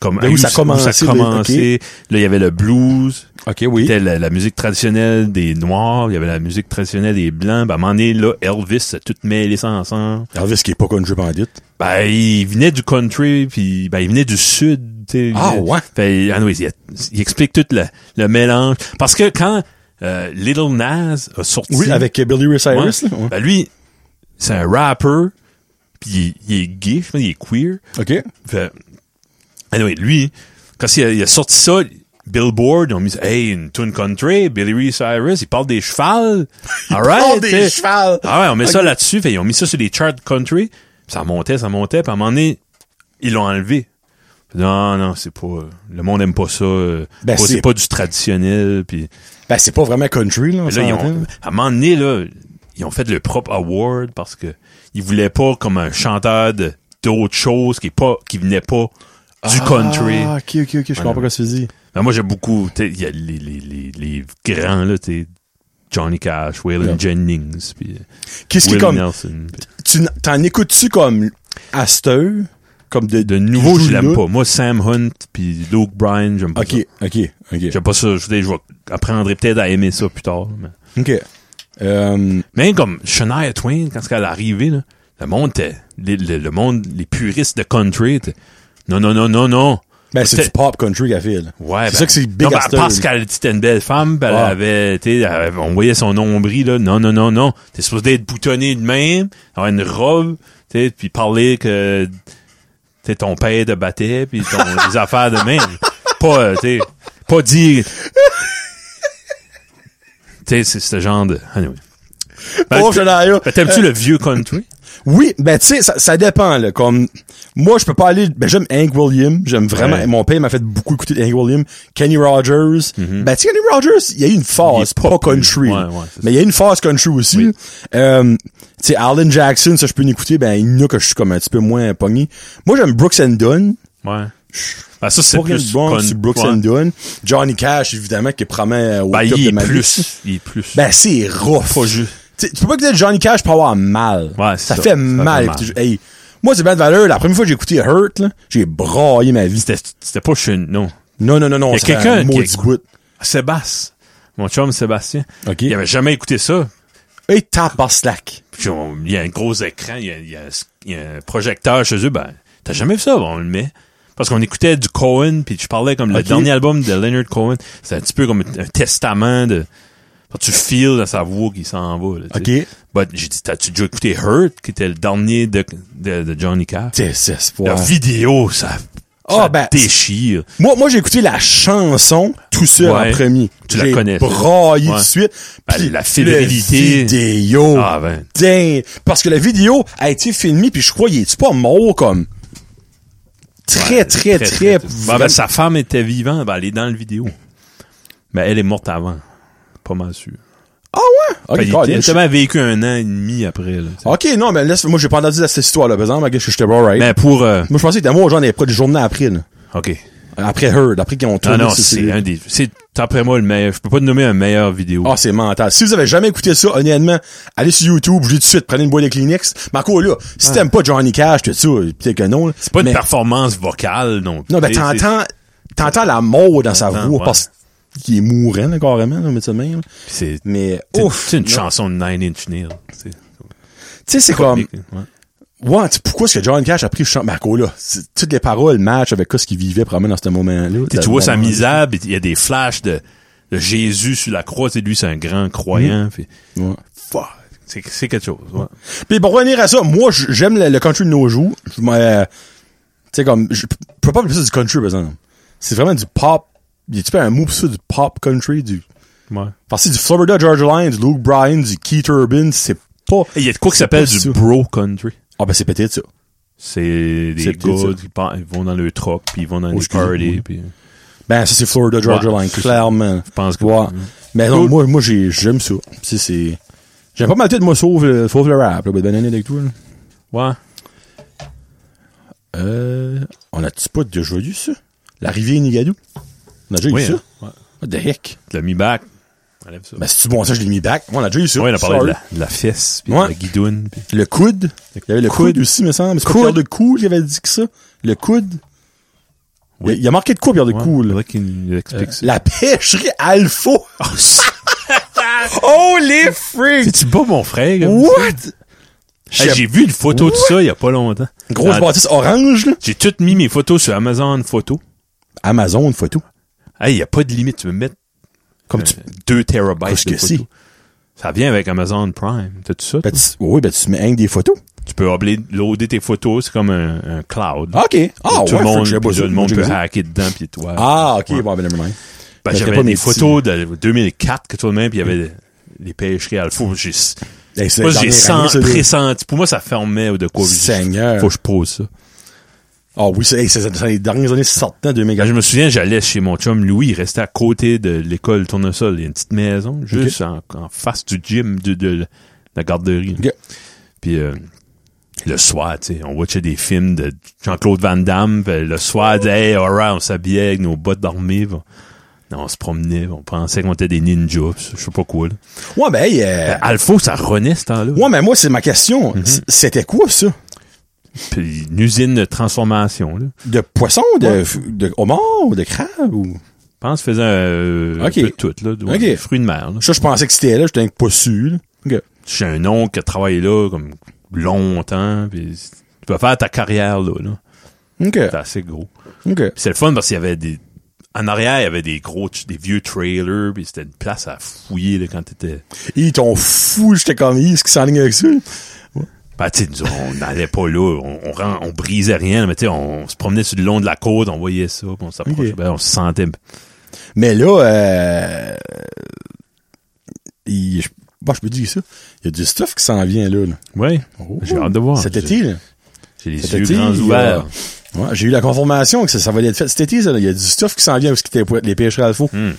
B: Comme,
A: De où Ben ça a commencé,
B: ça a
A: le-
B: commencé. Là, il y avait le blues,
A: OK, oui.
B: c'était la, la musique traditionnelle des Noirs, il y avait la musique traditionnelle des Blancs. Ben, à un moment donné, là, Elvis a tout mêlé ça ensemble.
A: Elvis qui est pas country bandit.
B: Ben, il venait du country, puis ben, il venait du sud. tu sais.
A: Ah,
B: Il venait-
A: ouais?
B: Fait, anyways, il, il explique tout le, le mélange. Parce que quand euh, Little Nas a sorti...
A: Oui, avec euh, Billy Ray Cyrus,
B: Ouais.
A: là. ouais.
B: Ben, lui, c'est un rapper, puis il, est- il est gay, je pense, il est queer.
A: OK.
B: Fait, anyway, lui, quand il a, il a sorti ça, Billboard, ils ont mis « Hey, une tune country, Billy Ray Cyrus, il parle des chevals. » Alright,
A: Oh, des
B: t'sais.
A: chevals!
B: Ah ouais, on met
A: Ok.
B: ça là-dessus, fait, ils ont mis ça sur des charts country, puis ça montait, ça montait, puis à un moment donné, ils l'ont enlevé. Non, non, c'est pas... Le monde aime pas ça. euh,
A: Ben,
B: pas-
A: c'est-
B: c'est pas du traditionnel, puis...
A: Ben, c'est pas vraiment country, là. on
B: Mais là, ils
A: s'entend.
B: ont, à un moment donné, là, ils ont fait le propre award parce que ils voulaient pas comme un chanteur de, d'autres choses qui est pas, qui venait pas du country.
A: Ah, ok, ok, ok, je comprends pas ce que tu dis.
B: Ben, moi, j'ai beaucoup, tu sais, il y a les, les, les, les grands, là, tu sais, Johnny Cash, Waylon
A: Yeah.
B: Jennings, puis euh,
A: Qu'est-ce qui,
B: Willie
A: comme,
B: Nelson. puis-
A: tu n- t'en écoutes-tu comme Asteur? Comme de,
B: De nouveau, je l'aime pas. Moi, Sam Hunt, puis Luke Bryan, j'aime pas
A: Ok,
B: ça.
A: ok, ok.
B: J'aime pas ça. Je, veux dire, je vais apprendrai peut-être à aimer ça plus tard. mais-
A: Ok. Euh,
B: Même comme Shania Twain, quand elle est arrivée, là, le monde était, le, le- le monde, les puristes de country, étaient, non, non, non, non, non.
A: ben, c'est
B: C'était-
A: du pop country qu'elle fait, là.
B: Ouais,
A: C'est ça que c'est big
B: non, ben,
A: Astor. Ah.
B: parce qu'elle était une belle femme, ben, elle
A: Ouais.
B: avait, tu sais, elle avait- on voyait son nombril, là. Non, non, non, non. T'es supposé être boutonné de même, avoir une robe, tu sais, puis parler que, tu sais, ton père te battait, puis ton, des affaires de même. Pas, euh, tu sais, pas dire. Tu sais, c'est ce genre de, anyway. Ben,
A: oh,
B: t-
A: Shania!
B: ben, T'aimes-tu le vieux country?
A: Oui, ben tu sais, ça, ça dépend là. Comme moi, je peux pas aller. Ben j'aime Hank Williams, j'aime vraiment.
B: Ouais.
A: Mon père m'a fait beaucoup écouter Hank Williams, Kenny Rogers. Ben tu sais, Kenny Rogers, il y a eu une phase
B: Mm-hmm. Il est
A: pas
B: pop,
A: country,
B: oui. Ouais,
A: là.
B: ouais, c'est
A: mais il y a eu une phase country aussi.
B: Oui.
A: là. Euh, tu sais, Alan Jackson, ça je peux l'écouter. Ben il y en a que je suis comme un petit peu moins pogné. Moi j'aime Brooks and Dunn.
B: Ouais.
A: Je
B: Ah, ça, c'est
A: Pour
B: plus
A: Brooks,
B: con-
A: Brooks
B: ouais.
A: and Dunn. Johnny Cash, évidemment, qui promet au
B: Ben,
A: top
B: il
A: de
B: est
A: ma vie.
B: plus. Il est plus.
A: Ben, c'est rough.
B: Pas juste.
A: Tu sais, tu peux pas dire Johnny Cash pour avoir mal.
B: Ouais, c'est
A: ça,
B: ça.
A: fait
B: Ça fait
A: mal.
B: mal.
A: écouter- hey, moi, c'est Bad Valeur. La première fois que j'ai écouté Hurt, là, j'ai braillé ma vie.
B: C'était, c'était pas chez nous. Non.
A: Non, non, non, non.
B: Y a
A: ça fait
B: quelqu'un
A: un
B: qui
A: maudit
B: écoute-
A: bout.
B: Sébastien. Mon chum Sébastien.
A: OK.
B: Il avait jamais écouté ça.
A: Hey, tape par slack.
B: Puis on- il y a un gros écran, il y a, il y a- il y a un projecteur chez eux. Ben, t'as jamais vu ça? Bon, on le met. Parce qu'on écoutait du Cohen, puis tu parlais comme le
A: Ok.
B: dernier album de Leonard Cohen. C'est un petit peu comme un, un testament de... Quand tu files dans sa voix qui s'en va. Là, tu
A: OK.
B: sais. But j'ai dit, t'as-tu déjà écouté Hurt, qui était le dernier de, de, de Johnny Cash?
A: T'es
B: La
A: espoir.
B: vidéo, ça,
A: Ah,
B: ça
A: ben,
B: déchire.
A: Moi, moi j'ai écouté la chanson tout seul
B: Ouais.
A: en premier.
B: Tu la
A: J'ai
B: connais, ça.
A: braillé
B: Ouais.
A: tout de suite.
B: Ben,
A: Puis
B: la
A: La
B: fidélité.
A: vidéo.
B: Ah, ben.
A: Ding. Parce que la vidéo a été filmée, puis je crois, il est pas mort comme... Très,
B: Ouais,
A: très, très...
B: Ben, ben, sa femme était vivante, ben, elle est dans le vidéo. Mais elle est morte avant. Pas mal sûr.
A: Ah ouais?
B: Fait,
A: Ok,
B: Ben, il
A: God,
B: était- il a
A: je-
B: tellement vécu un an et demi après. Là, t'sais.
A: Ok, non, mais laisse, moi, j'ai pas entendu cette histoire-là, par exemple, que je j'étais pas right.
B: Mais pour... euh,
A: Moi, je pensais que t'es mort, genre, dans les près du journée après, là.
B: OK.
A: Après Heard, après qu'ils ont tourné.
B: Non, non,
A: ça,
B: c'est un des... C'est, d'après moi, le meilleur... Je peux pas te nommer un meilleur vidéo.
A: Ah, c'est mental. Si vous avez jamais écouté ça, honnêtement, allez sur YouTube, je dis tout de suite, prenez une boîte de Kleenex. Marco, là, si t'aimes pas Johnny Cash, tout ça, peut-être que non.
B: c'est pas une
A: mais-
B: performance vocale, non.
A: Non, ben,
B: T'sais,
A: t'entends, t'entends la mort dans sa
B: T'entends,
A: voix,
B: ouais.
A: parce qu'il est mourant, là, carrément, là, on met ça de même.
B: C'est, c'est,
A: Mais,
B: c'est-
A: ouf.
B: c'est une
A: non.
B: chanson de Nine Inch Nails. C'est
A: Tu sais, c'est comme,
B: comique, ouais.
A: ouais, tu- pourquoi est-ce que Johnny Cash a pris chant Marco, là? c'est- Toutes les paroles match avec quoi ce qu'il vivait, probablement, dans ce moment-là.
B: T'sais, tu vois sa misère, pis il y a des flashs de, de Jésus sur la croix. C'est lui, c'est un grand
A: Mm-hmm.
B: croyant. Pis,
A: Ouais.
B: fuck, c'est, c'est quelque chose. ouais.
A: Puis pour revenir à ça, moi j- j'aime le, le country de nos jours. Je m'en, euh, Tu sais comme je p- peux pas appeler ça du country par exemple. C'est vraiment du pop. Y a-tu pas un mot pour ça du pop country du
B: Ouais.
A: parce que c'est du Florida Georgia Line, du Luke Bryan, du Keith Urban, c'est pas
B: Et Il y a de quoi qui
A: C'est
B: s'appelle
A: pas
B: du
A: ça.
B: bro country.
A: Ah ben c'est peut-être ça.
B: C'est des
A: C'est
B: gars
A: peut-être ça.
B: qui pan- ils vont dans le truck, puis ils vont dans
A: Oh,
B: les
A: excusez-moi.
B: parties, puis
A: Ben ça c'est Florida Georgia
B: Ouais,
A: Line
B: c'est ça.
A: clairement.
B: je pense que
A: Ouais. Mais non,
B: Cool.
A: moi moi j'ai- j'aime ça. C'est c'est J'aime pas mal tout, moi, sauf, le- sauf le rap, là, ben, ben, avec toi, là.
B: ouais.
A: Euh, on a-tu pas déjà eu ça? La rivière Nigadou? On a déjà eu
B: Oui,
A: ça?
B: hein. ouais.
A: What the heck?
B: Tu l'as mis back. Enlève ça.
A: Ben, si tu bon, ça, je l'ai mis back. Moi, on a déjà eu ça.
B: ouais, il a parlé de
A: Sorry.
B: la, de la fesse, puis
A: Ouais.
B: de la guidoune. Puis...
A: Le coude. Il y avait le coude, aussi, me semble. C'est pas
B: Coude.
A: Pierre de coude qui avait dit que ça. Le coude.
B: Oui.
A: Il, il a marqué de quoi, Pierre de
B: Ouais,
A: coude, là?
B: faudrait qu'il nous explique ça.
A: La pêcherie alpha. oh, les freaks!
B: C'est-tu pas mon frère? comme ça?
A: What?
B: Hey, j'ai vu une photo de ça il y a pas longtemps.
A: Grosse
B: Dans-
A: bâtisse orange, là.
B: J'ai toutes mis mes photos sur Amazon Photo.
A: Amazon, photo.
B: Hey, il y a pas de limite. Tu peux mettre
A: Comme tu.
B: 2 terabytes
A: Qu'est-ce
B: de
A: que c'est?
B: photos. Ça vient avec Amazon Prime. T'as tout ça?
A: Ben,
B: toi?
A: tu- oui, ben, tu mets un des photos.
B: Tu peux upload- loader tes photos. C'est comme un, un cloud.
A: OK. Ah,
B: tout
A: ouais,
B: le
A: faut
B: monde,
A: que j'aie pas
B: puis
A: ça.
B: là, le monde
A: J'ai
B: peut
A: pas ça.
B: hacker dedans puis toi.
A: Ah, OK.
B: Ouais.
A: Bon, ben, nevermind.
B: Ben,
A: J'avais
B: j'avais
A: pas
B: des
A: mes
B: photos de 2004 que tout le monde puis il y avait les pêcheries alpha. J'ai,
A: Hey, c'est
B: moi,
A: la
B: j'ai
A: dernière
B: sent-
A: année, ça, là.
B: pressenti. Pour moi, ça fermait ou de quoi.
A: Seigneur.
B: Faut que je pose ça.
A: Ah oui, c'est hey, c'est- c'est les dernières années, c'est certain,
B: Quand
A: 2000.
B: je me souviens, j'allais chez mon chum Louis, il restait à côté de l'école Tournesol. Il y a une petite maison, juste en, en face du gym, du- de, la garderie.
A: Ok.
B: Puis euh, le soir, tu sais, on watchait des films de Jean-Claude Van Damme. puis le soir, on disait, hey, alright, on s'habillait avec nos bottes d'armée. puis on- On se promenait, puis on pensait qu'on était des ninjas, puis je sais pas quoi. Là.
A: Ouais, ben, hey, euh,
B: Ben, Mhm. Alpha, ça renaît ce temps-là.
A: ouais, mais moi, c'est ma question. C- C'était quoi, ça?
B: Puis une usine de transformation. Là.
A: De poisson, de, f- de homard, de crabe? Ou...
B: Je pense qu'ils faisaient euh,
A: Ok.
B: un peu de tout. Là, ouais,
A: Ok.
B: des fruits de mer. là.
A: Ça, je pensais que c'était là, j'étais pas sûr. là. Ok.
B: J'ai un oncle qui a travaillé là comme longtemps. Puis tu peux faire ta carrière là. là.
A: Ok.
B: C'est assez gros.
A: Ok.
B: Puis c'est le fun parce qu'il y avait des... En arrière, il y avait des gros, des vieux trailers, puis c'était une place à fouiller là, quand t'étais...
A: Ils t'ont fou, j'étais comme, Ils, est-ce qu'ils s'enlignent avec ça?
B: Ben, tu sais, nous, on n'allait pas là, on, on, ren- on brisait rien, mais tu sais, on se promenait sur le long de la côte, on voyait ça, puis on s'approchait,
A: Ok.
B: ben, on se sentait...
A: Mais là, euh, il- je, bon, je peux dire ça. Il y a du stuff qui s'en vient, là. là.
B: Ouais, Ben, Oh, j'ai hâte de voir.
A: Cet
B: J'ai-
A: été, là.
B: J'ai les
A: Cet
B: yeux
A: été,
B: grands
A: il y a-
B: ouverts.
A: euh, Ouais, j'ai eu la confirmation que ça, ça va être fait cet été, ça, là. Il y a du stuff qui s'en vient parce que t'es pour- les pêcheries à le faux.
B: Hmm. Ben.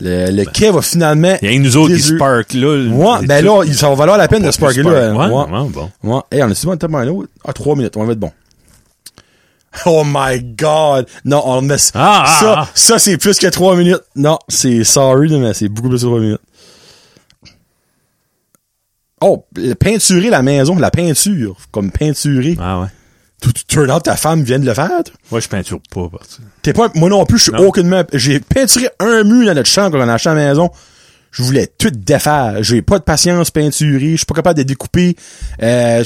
A: Le, le quai va finalement.
B: Il y a nous autres qui
A: Des yeux.
B: spark là. le-
A: Ouais,
B: les
A: ben
B: tout-
A: là, il- ça va valoir la peine
B: pas
A: de
B: plus
A: sparker
B: spark.
A: là.
B: Ouais,
A: Ouais.
B: ouais, bon.
A: Ouais. Hey, on a souvent tellement un autre. Ah, trois minutes, on va être bon. Oh my god! Non, on met ça.
B: Ah, ah,
A: ça,
B: ah.
A: ça, c'est plus que 3 minutes. Non, c'est sorry, mais c'est beaucoup plus que 3 minutes. Oh, le- peinturer la maison, la peinture, comme peinturer.
B: Ah ouais.
A: Tu tu- turn out ta femme vient de le faire, toi?
B: Moi, je peinture pas, par ça.
A: T'es pas, moi non plus, je suis
B: Non.
A: aucunement, j'ai peinturé un mur dans notre chambre quand on a acheté la maison. Je voulais tout défaire. J'ai pas de patience peinturée. Je suis pas capable de découper. Euh,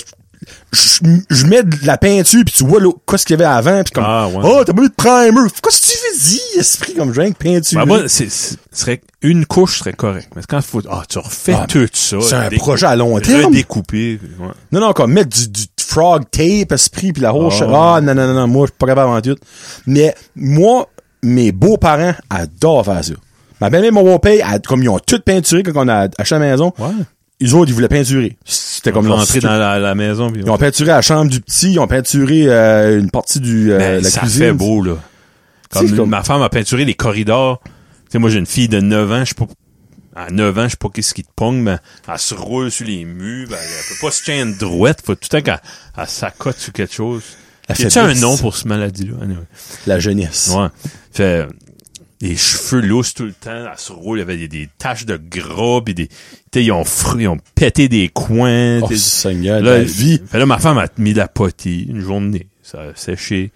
A: je- je je mets de la peinture puis tu vois l'eau- qu'est-ce qu'il y avait avant puis comme
B: Ah, ouais.
A: oh t'as pas mis de primer qu'est-ce que tu veux dire esprit comme je viens de peinturer
B: Bah, moi, c'est, c'est- serait, une couche serait correcte. Mais quand faut, ah, tu refais
A: Ah,
B: tout ça.
A: c'est un
B: décou-
A: projet à long terme.
B: Redécoupé. Ouais.
A: non non comme mettre du, du frog tape esprit puis la roche
B: Ah.
A: ah non non non non moi je suis pas capable avant tout mais moi mes beaux-parents adorent faire ça ma mère et mon beau-père elle- comme ils ont tout peinturé quand on a acheté la maison
B: Ouais.
A: ils autres ils voulaient peinturer c'était comme
B: Comme
A: leur
B: l'entrée
A: style.
B: dans la, la maison. Puis,
A: ils ont euh, peinturé la chambre du petit ils ont peinturé euh, une partie du euh,
B: Ben,
A: la
B: ça
A: cuisine
B: fait beau, là. Comme,
A: c'est comme-
B: ma femme a peinturé les corridors. Tu sais, moi, j'ai une fille de 9 ans, je sais pas, à 9 ans, je sais pas qu'est-ce qui te pogne, mais elle se roule sur les murs, ben, elle peut pas se tenir droite, faut tout le temps qu'elle elle s'accote sur quelque chose.
A: La
B: Y a un
A: faiblesse.
B: nom pour ce maladie-là? Anyway.
A: la jeunesse
B: Ouais. Fait, euh, les cheveux lousses tout le temps, elle se roule, il y avait des, des taches de gras, pis des, tu sais, ils ont fru- ils ont pété des coins.
A: oh
B: des-
A: seigneur
B: Là,
A: la vie
B: fait là, ma femme a mis de la potée une journée. Ça a séché.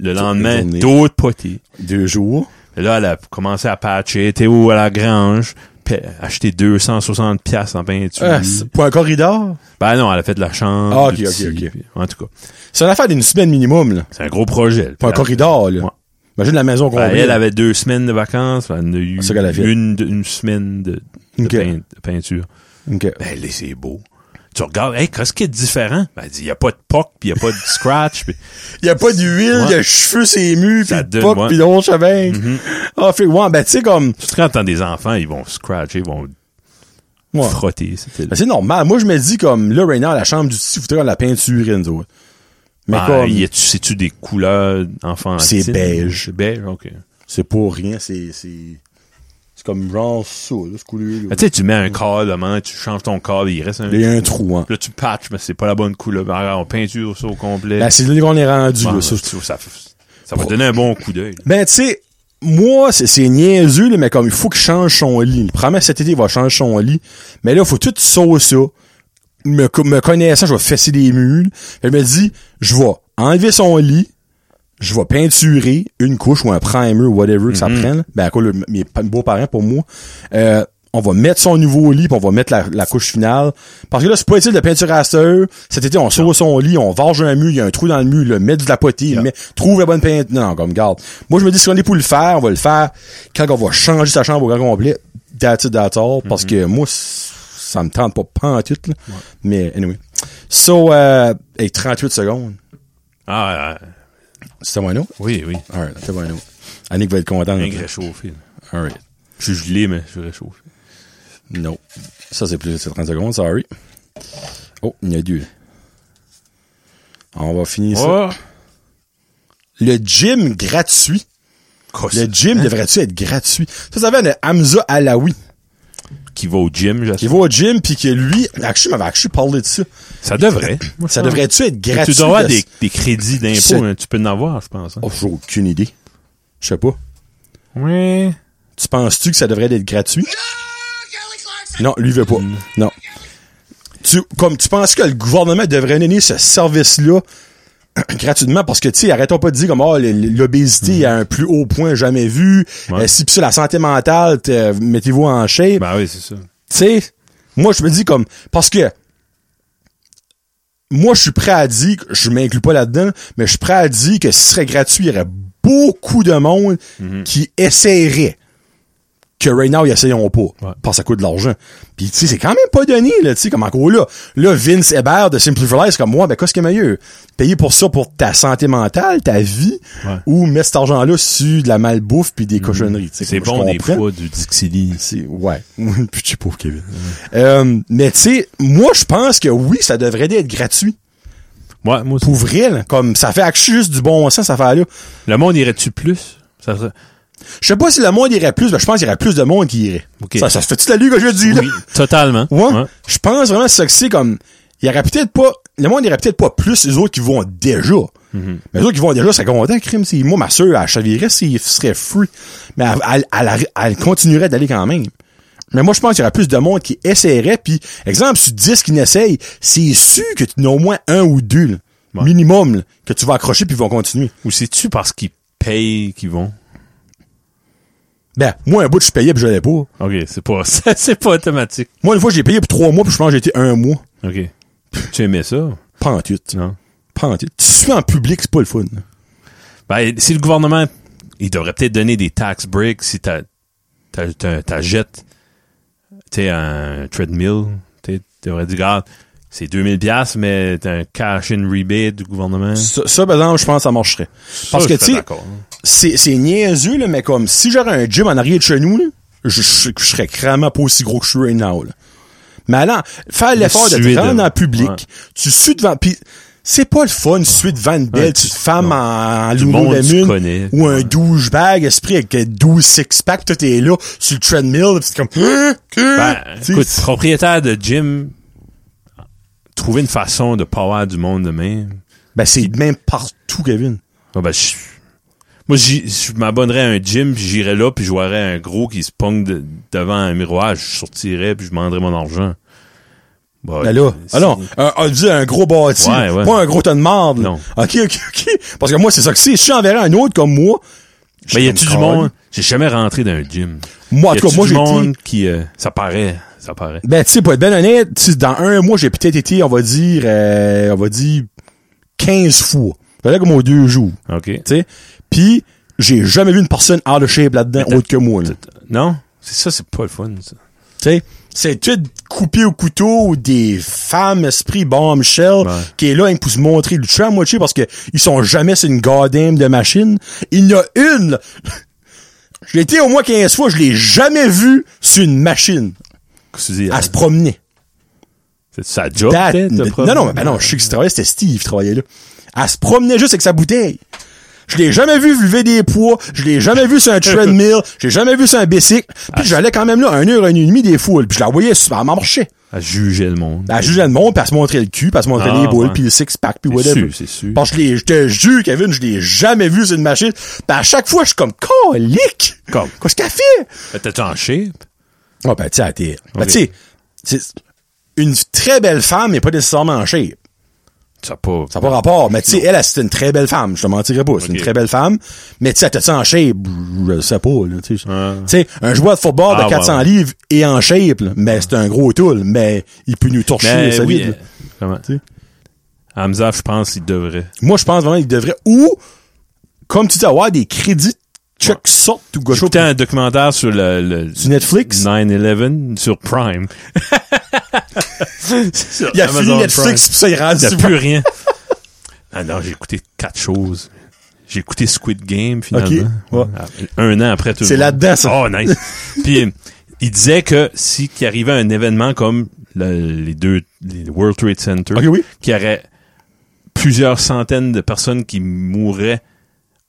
B: Le lendemain,
A: journée.
B: d'autres potées.
A: deux jours
B: Et là, elle a commencé à patcher. Était où à la grange? Puis elle a acheté 260 piastres en peinture.
A: Ah, c'est pour un corridor
B: ben non, elle a fait de la chambre.
A: Ah, ok,
B: du
A: ok,
B: petit,
A: ok.
B: puis- en tout cas,
A: c'est une affaire d'une semaine minimum là
B: c'est un gros projet. là.
A: Pas un
B: Puis
A: corridor, là.
B: Ah. Ouais.
A: Imagine la maison qu'on
B: elle- ben, elle avait deux semaines de vacances. Elle en a eu
A: C'est Ah, qu'elle a fait.
B: une, une semaine de, de
A: Ok.
B: peint- de peinture. Ben, là, c'est beau. Tu regardes, hey, qu'est-ce qui est différent? Ben, elle dit, il n'y a pas de poc, puis il n'y a pas de scratch. puis-
A: Il y a pas d'huile,
B: Ouais.
A: il y a cheveux, c'est mûr, pis
B: Ça
A: le
B: donne,
A: poc,
B: ouais. Mm-hmm.
A: pis l'autre cheval. Ah, fait, ouais, ben, tu sais, comme,
B: Surtout quand t'as des enfants, ils vont scratcher, ils vont
A: ouais.
B: frotter. C'était
A: Ben, c'est normal. Moi, je me dis, comme, là, right now, la chambre du petit, vous la peinture, nous autres. Mais
B: Ah,
A: comme,
B: y a-tu- c'est-tu des couleurs enfants
A: C'est beige.
B: C'est beige, ok.
A: c'est pour rien, c'est, c'est, c'est comme genre ça, là, ce couleur,
B: Ben,
A: là.
B: tu sais, tu mets un corps, là, man, tu changes ton corps, il reste un.
A: Il y a un trou, hein.
B: Là, tu patches, mais c'est pas la bonne couleur. Ben, Alors, on peinture ça au complet.
A: Ben, c'est là qu'on est rendu,
B: Bon,
A: là,
B: là,
A: ça.
B: tu vois, ça, ça va donner un bon coup d'œil. là.
A: Ben, tu sais, moi, c'est, c'est niaiseux, là, mais comme, il faut qu'il change son lit. Probablement, cet été, il va changer son lit. Mais là, il faut tout sauver ça. Me, co- me connaissant, je vais fesser des mules. Fait que je me dis, je vais enlever son lit. Je vais peinturer une couche ou un primer ou whatever que ça prenne. Ben, à quoi, le- mes pa- beaux-parents, pour moi. Euh, on va mettre son nouveau lit, puis on va mettre la, la couche finale. Parce que là, c'est pas utile de peinture à sœur. Cet été, on sauve son lit, on varge un mur, il y a un trou dans le mur, là, mettre de la potée, mais trouve la bonne peinture. Non, comme garde. Moi, je me dis, si on est pour le faire, on va le faire quand on va changer sa chambre au grand complet. That's it, that's all. Parce que moi, c- ça me tente pas pas en tout, là. Mais, anyway. So, euh, hey, 38 secondes.
B: Ah, ah,
A: C'est moi, non?
B: oui, oui.
A: Alright, c'est moi, non. Annick va être contente.
B: Rien que réchauffé. là.
A: Alright.
B: Je suis gelé, mais je suis réchauffé.
A: Non. Ça, c'est plus de 30 secondes, sorry. Oh, il y en a deux. On va finir ça.
B: Oh!
A: Le gym gratuit.
B: Cosse-
A: Le gym devrait-tu être gratuit? Ça, ça vient de Hamza Alaoui,
B: Qui va au gym,
A: qui
B: j'assume.
A: va au gym, puis que lui... Akshu m'avait Akshu parlé de ça.
B: Ça devrait. Moi, je
A: Ça
B: pense.
A: devrait-tu être
B: Mais
A: gratuit?
B: Tu dois avoir
A: de-
B: des, des crédits
A: Ce-
B: d'impôt, hein, tu peux en avoir, je pense. hein.
A: Oh, j'ai aucune idée. Je sais pas.
B: Ouais.
A: Tu penses-tu que ça devrait être gratuit? Non, lui veut pas. Non. Tu, comme tu penses que le gouvernement devrait donner ce service-là gratuitement parce que tu sais, arrêtons pas de dire comme oh, l- l- l'obésité est à un plus haut point jamais vu.
B: Ouais.
A: Euh, si pis ça, la santé mentale, t- euh, mettez-vous en shape.
B: Ben oui, c'est ça.
A: tu sais, moi, je me dis comme, parce que, moi, je suis prêt à dire, que- je m'inclus pas là-dedans, mais je suis prêt à dire que si ce serait gratuit, il y aurait beaucoup de monde
B: Mhm.
A: qui essaierait. Que right now, ils essayeront pas. Parce que ça coûte de l'argent. Puis, tu sais, c'est quand même pas donné, là, tu sais, comme encore là. Là, Vince Hébert de Simply for Life, c'est comme moi, ben, qu'est-ce qu'il y a mieux? Payer pour ça, pour ta santé mentale, ta vie,
B: Ouais. Mhm.
A: ou mettre cet argent-là sur de la malbouffe puis des cochonneries, tu sais,
B: C'est
A: comme je
B: bon des
A: comprends.
B: fois du Dixili.
A: C'est, ouais. Puis tu pauvre Kevin. Euh, mais tu sais, moi, je pense que oui, ça devrait être gratuit.
B: Ouais, moi aussi.
A: Pour vrai, là. Comme, ça fait actu juste du bon sens, ça fait là.
B: Le monde irait-tu plus? Ça serait-
A: Je sais pas si le monde irait plus, mais je pense qu'il y aurait plus de monde qui irait.
B: Ok.
A: Ça, ça se fait-tu la lue que je dis, là?
B: Oui, totalement.
A: Ouais.
B: Ouais.
A: Je pense vraiment que c'est ça que c'est comme, il y aurait peut-être pas, le monde irait peut-être pas plus les autres qui vont déjà. Mais eux autres, ils vont déjà seraient contents, crime. Si, moi, ma soeur, elle chavirait s'il serait free. Mais elle, elle, elle- elle continuerait d'aller quand même. Mais moi, je pense qu'il y aurait plus de monde qui essaierait. Puis, exemple, sur 10 qui n'essayent, c'est sûr que tu n'as au moins un ou deux, là,
B: Ouais.
A: minimum, là, que tu vas accrocher puis ils vont continuer.
B: Ou c'est-tu parce qu'ils payent qu'ils vont?
A: Ben, moi, un bout, je payais puis je l'ai pas.
B: OK, c'est pas, c'est pas automatique.
A: Moi, une fois, j'ai payé pour trois mois puis je pense que j'ai été un mois.
B: OK. tu aimais ça?
A: Pantuite.
B: Non.
A: Pantuite. Tu suis en public, c'est pas le fun. là.
B: Ben, si le gouvernement, il devrait peut-être donner des tax breaks si t'as, t'as, t'as, t'as jettes, tu sais, un treadmill, tu sais, t'aurais dit, regarde, c'est 2000 pièces mais t'as un cash-in rebate du gouvernement.
A: Ça, ça, par exemple, je pense que ça marcherait. Parce
B: Ça,
A: que,
B: je
A: tu
B: serais
A: sais,
B: d'accord, hein.
A: c'est, c'est niaiseux, là, mais comme si j'aurais un gym en arrière de chez nous, là, je, je- je serais clairement pas aussi gros que je suis right now. là. Mais alors, faire l'effort de
B: suer
A: te rendre
B: devant.
A: en public,
B: Ouais.
A: tu suis devant... Pis, c'est pas le fun, suer devant une belle
B: Ouais,
A: petite
B: tu-
A: femme
B: non.
A: en
B: Du monde, tu
A: Lululemon
B: connais.
A: ou un
B: Ouais.
A: douchebag esprit avec 12 six-pack, tout est là, sur le treadmill, pis c'est comme... hein,
B: Ben,
A: Tu sais,
B: écoute, propriétaire de gym, trouver une façon de pas avoir du monde demain.
A: ben, c'est même partout, Kevin.
B: Ah ben, je- moi, j'y- je m'abonnerais à un gym, puis j'irais là, puis je verrais un gros qui se pogne de- devant un miroir, je sortirais, puis je demanderais mon argent. Bah,
A: Ben là,
B: c'est-
A: ah non, un, un, dis un gros bâti,
B: Ouais, ouais.
A: pas un gros ton de marde. là.
B: Non.
A: OK, OK, OK. Parce que moi, c'est ça que c'est. Si j'enverrais un autre comme moi... je
B: Ben, y
A: suis
B: a-tu
A: comme
B: du monde?
A: Colin.
B: J'ai jamais rentré dans un gym.
A: Moi, en
B: y
A: tout
B: a-tu
A: cas, moi,
B: du
A: j'ai
B: monde
A: été...
B: qui... euh, ça paraît, ça paraît.
A: Ben, tu sais, pour être ben honnête, tu sais, dans un mois, j'ai peut-être été, on va dire, euh, on va dire 15 fois. J'allais comme aux deux jours,
B: OK.
A: tu sais. Puis, j'ai jamais vu une personne out of shape là-dedans,
B: Mais
A: autre que moi. là.
B: Non? C'est ça, c'est pas le fun, ça.
A: Tu sais, c'est tout coupé au couteau ou des femmes esprit bombshell
B: Ouais.
A: qui est là hein, pour se montrer le chat à moitié parce que ils sont jamais sur une goddamn de machine. Il y en a une. là. Je l'ai été au moins 15 fois, je l'ai jamais vue sur une machine
B: Qu'est-ce que tu dis?
A: à se promener.
B: euh, C'est sa job,
A: Ah, That-
B: Oh, peut-être, le
A: non,
B: problème?
A: non, ben non, je sais que si travaillait, c'était Steve qui travaillait là. Elle se promenait juste avec sa bouteille. Je l'ai jamais vu lever des poids, je l'ai jamais vu sur un treadmill, je l'ai jamais vu sur un bicycle, puis j'allais quand même là, un heure, une heure et demie des foules, puis je la voyais, elle marchait.
B: À juger le monde.
A: Ben, elle jugeait le monde, puis elle se montrait le cul, puis elle se montrait
B: Ah,
A: les boules,
B: ouais.
A: puis le six-pack, puis
B: C'est
A: whatever.
B: sûr, c'est sûr.
A: Parce que je l'ai- je te jure, Kevin, je l'ai jamais vu sur une machine. Ben, à chaque fois, je suis comme, colique!
B: Comme.
A: Quoi, je t'ai fait?
B: Ben, T'es-tu en shape?
A: Ah, ben, tu sais, elle était- ben,
B: Ok.
A: tu sais, c'est une très belle femme, mais pas nécessairement en shape.
B: Ça pas...
A: Ça n'a pas rapport. Mais tu sais, elle, elle, c'est une très belle femme. Je te mentirais pas. C'est une
B: Ok.
A: très belle femme. Mais tu sais, elle était en shape? Je le sais pas, là. Tu sais.
B: Ah.
A: Tu sais, un joueur de football
B: Ah,
A: de
B: ouais,
A: 400
B: ouais.
A: livres est en shape, là. Mais c'est un gros tool. Mais il peut nous torcher,
B: Mais
A: solide,
B: oui,
A: là.
B: euh, comment?
A: Tu sais.
B: Hamza, je pense qu'il devrait.
A: Moi, je pense vraiment qu'il devrait, ou, comme tu dis, avoir des crédits, check sortent ou gaucho.
B: J'écoutais un documentaire sur le, le
A: Sur Netflix?
B: 9-11 sur Prime. Sur
A: Il a
B: Amazon
A: fini Netflix, puis ça, il est rendu
B: Prime. Il n'y a
A: sur-
B: plus rien. Ah non, j'ai écouté quatre choses. J'ai écouté Squid Game, finalement.
A: Ok, ouais.
B: Un an après tout le
A: C'est
B: monde.
A: là-dedans, ça.
B: Oh, nice. Puis, euh, il disait que si qu'il arrivait un événement comme le- les deux, les World Trade Center,
A: Ok, oui.
B: qu'il y aurait plusieurs centaines de personnes qui mourraient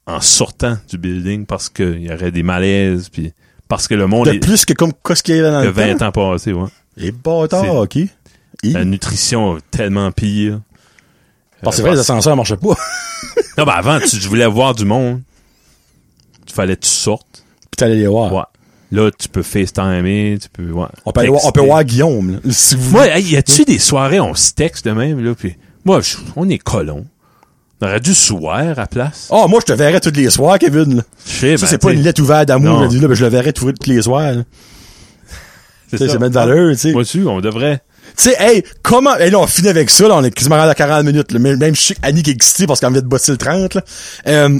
B: en sortant du building parce qu'il y aurait des malaises, puis parce que le monde
A: De
B: est
A: plus que comme, qu'est-ce qu'il y avait dans
B: de
A: le temps.
B: 20 ans passé. Ouais.
A: Les bâtards,
B: C'est-
A: ok. Hi.
B: La nutrition est tellement pire.
A: Parce que c'est vrai, les ascenseurs marchaient pas. Puis
B: Non, ben avant, tu tu voulais voir du monde. Tu fallait que tu sortes.
A: t'allais les voir.
B: Ouais. Là, tu peux FaceTimer, tu peux... Ouais,
A: Ah. On peut, aller voir, on peut
B: texter.
A: voir Guillaume, là, si vous
B: Moi, hey, y a-tu des soirées, on se texte de même, là, puis moi, je- on est colons. On aurait dû soir à place.
A: Ah, moi, je te verrais tous les soirs, Kevin. là.
B: Je sais,
A: Ça,
B: ben,
A: c'est pas
B: t'sais,
A: une lettre ouverte d'amour.
B: Non.
A: Je dis là, ben, je le verrais tous tous les soirs. là. Tu
B: c'est
A: sais,
B: ça.
A: C'est mettre valeur, tu sais.
B: Moi aussi, on devrait.
A: Tu sais, hey, comment... Hey, là, on finit avec ça, là, on est quasiment rendu à 40 minutes, là. Même, même je sais qu'Annie qui existait parce qu'elle vient de bosser le 30, là. Euh,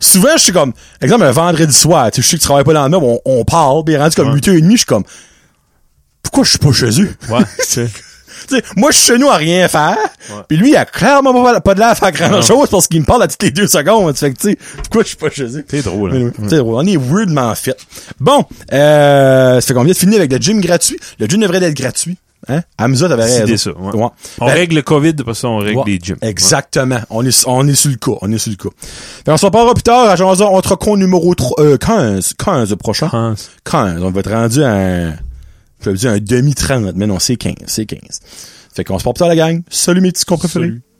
A: souvent, je suis comme... Exemple, un vendredi soir, tu sais, je sais que tu travailles pas dans le même, on, on parle, puis il est rendu comme
B: Ouais.
A: 8h30, je suis comme... Pourquoi je suis pas chez eux?
B: Ouais.
A: Tu sais, moi, je suis chez nous à rien faire. Puis lui, il a clairement pas, pas de l'air à faire grand-chose parce qu'il me parle à toutes les deux secondes. Fait que, tu sais, pourquoi je suis pas chez eux?
B: C'est drôle, hein.
A: Mais oui, tu sais, On est weirdement fait. Bon, euh, ça fait qu'on vient de finir avec le gym gratuit. Le gym devrait être gratuit. Hein? Hamza, t'avais
B: C'est
A: raison.
B: ça. ouais.
A: Ouais.
B: On
A: Ben,
B: règle le COVID, de toute façon, on règle
A: ouais,
B: les gyms.
A: Exactement. On, est, on est sur le cas. On est sur le cas. Fait on se reparlera plus tard à Jean-Jean entre con numéro 3, euh, 15, 15 prochain.
B: Ouais. Ah,
A: 15. On va être rendu à un, je vais dire un demi-30, mais non, c'est 15, c'est 15. Fait qu'on se porte ça, la gang. Salut mes petits cons préférés.
B: Salut.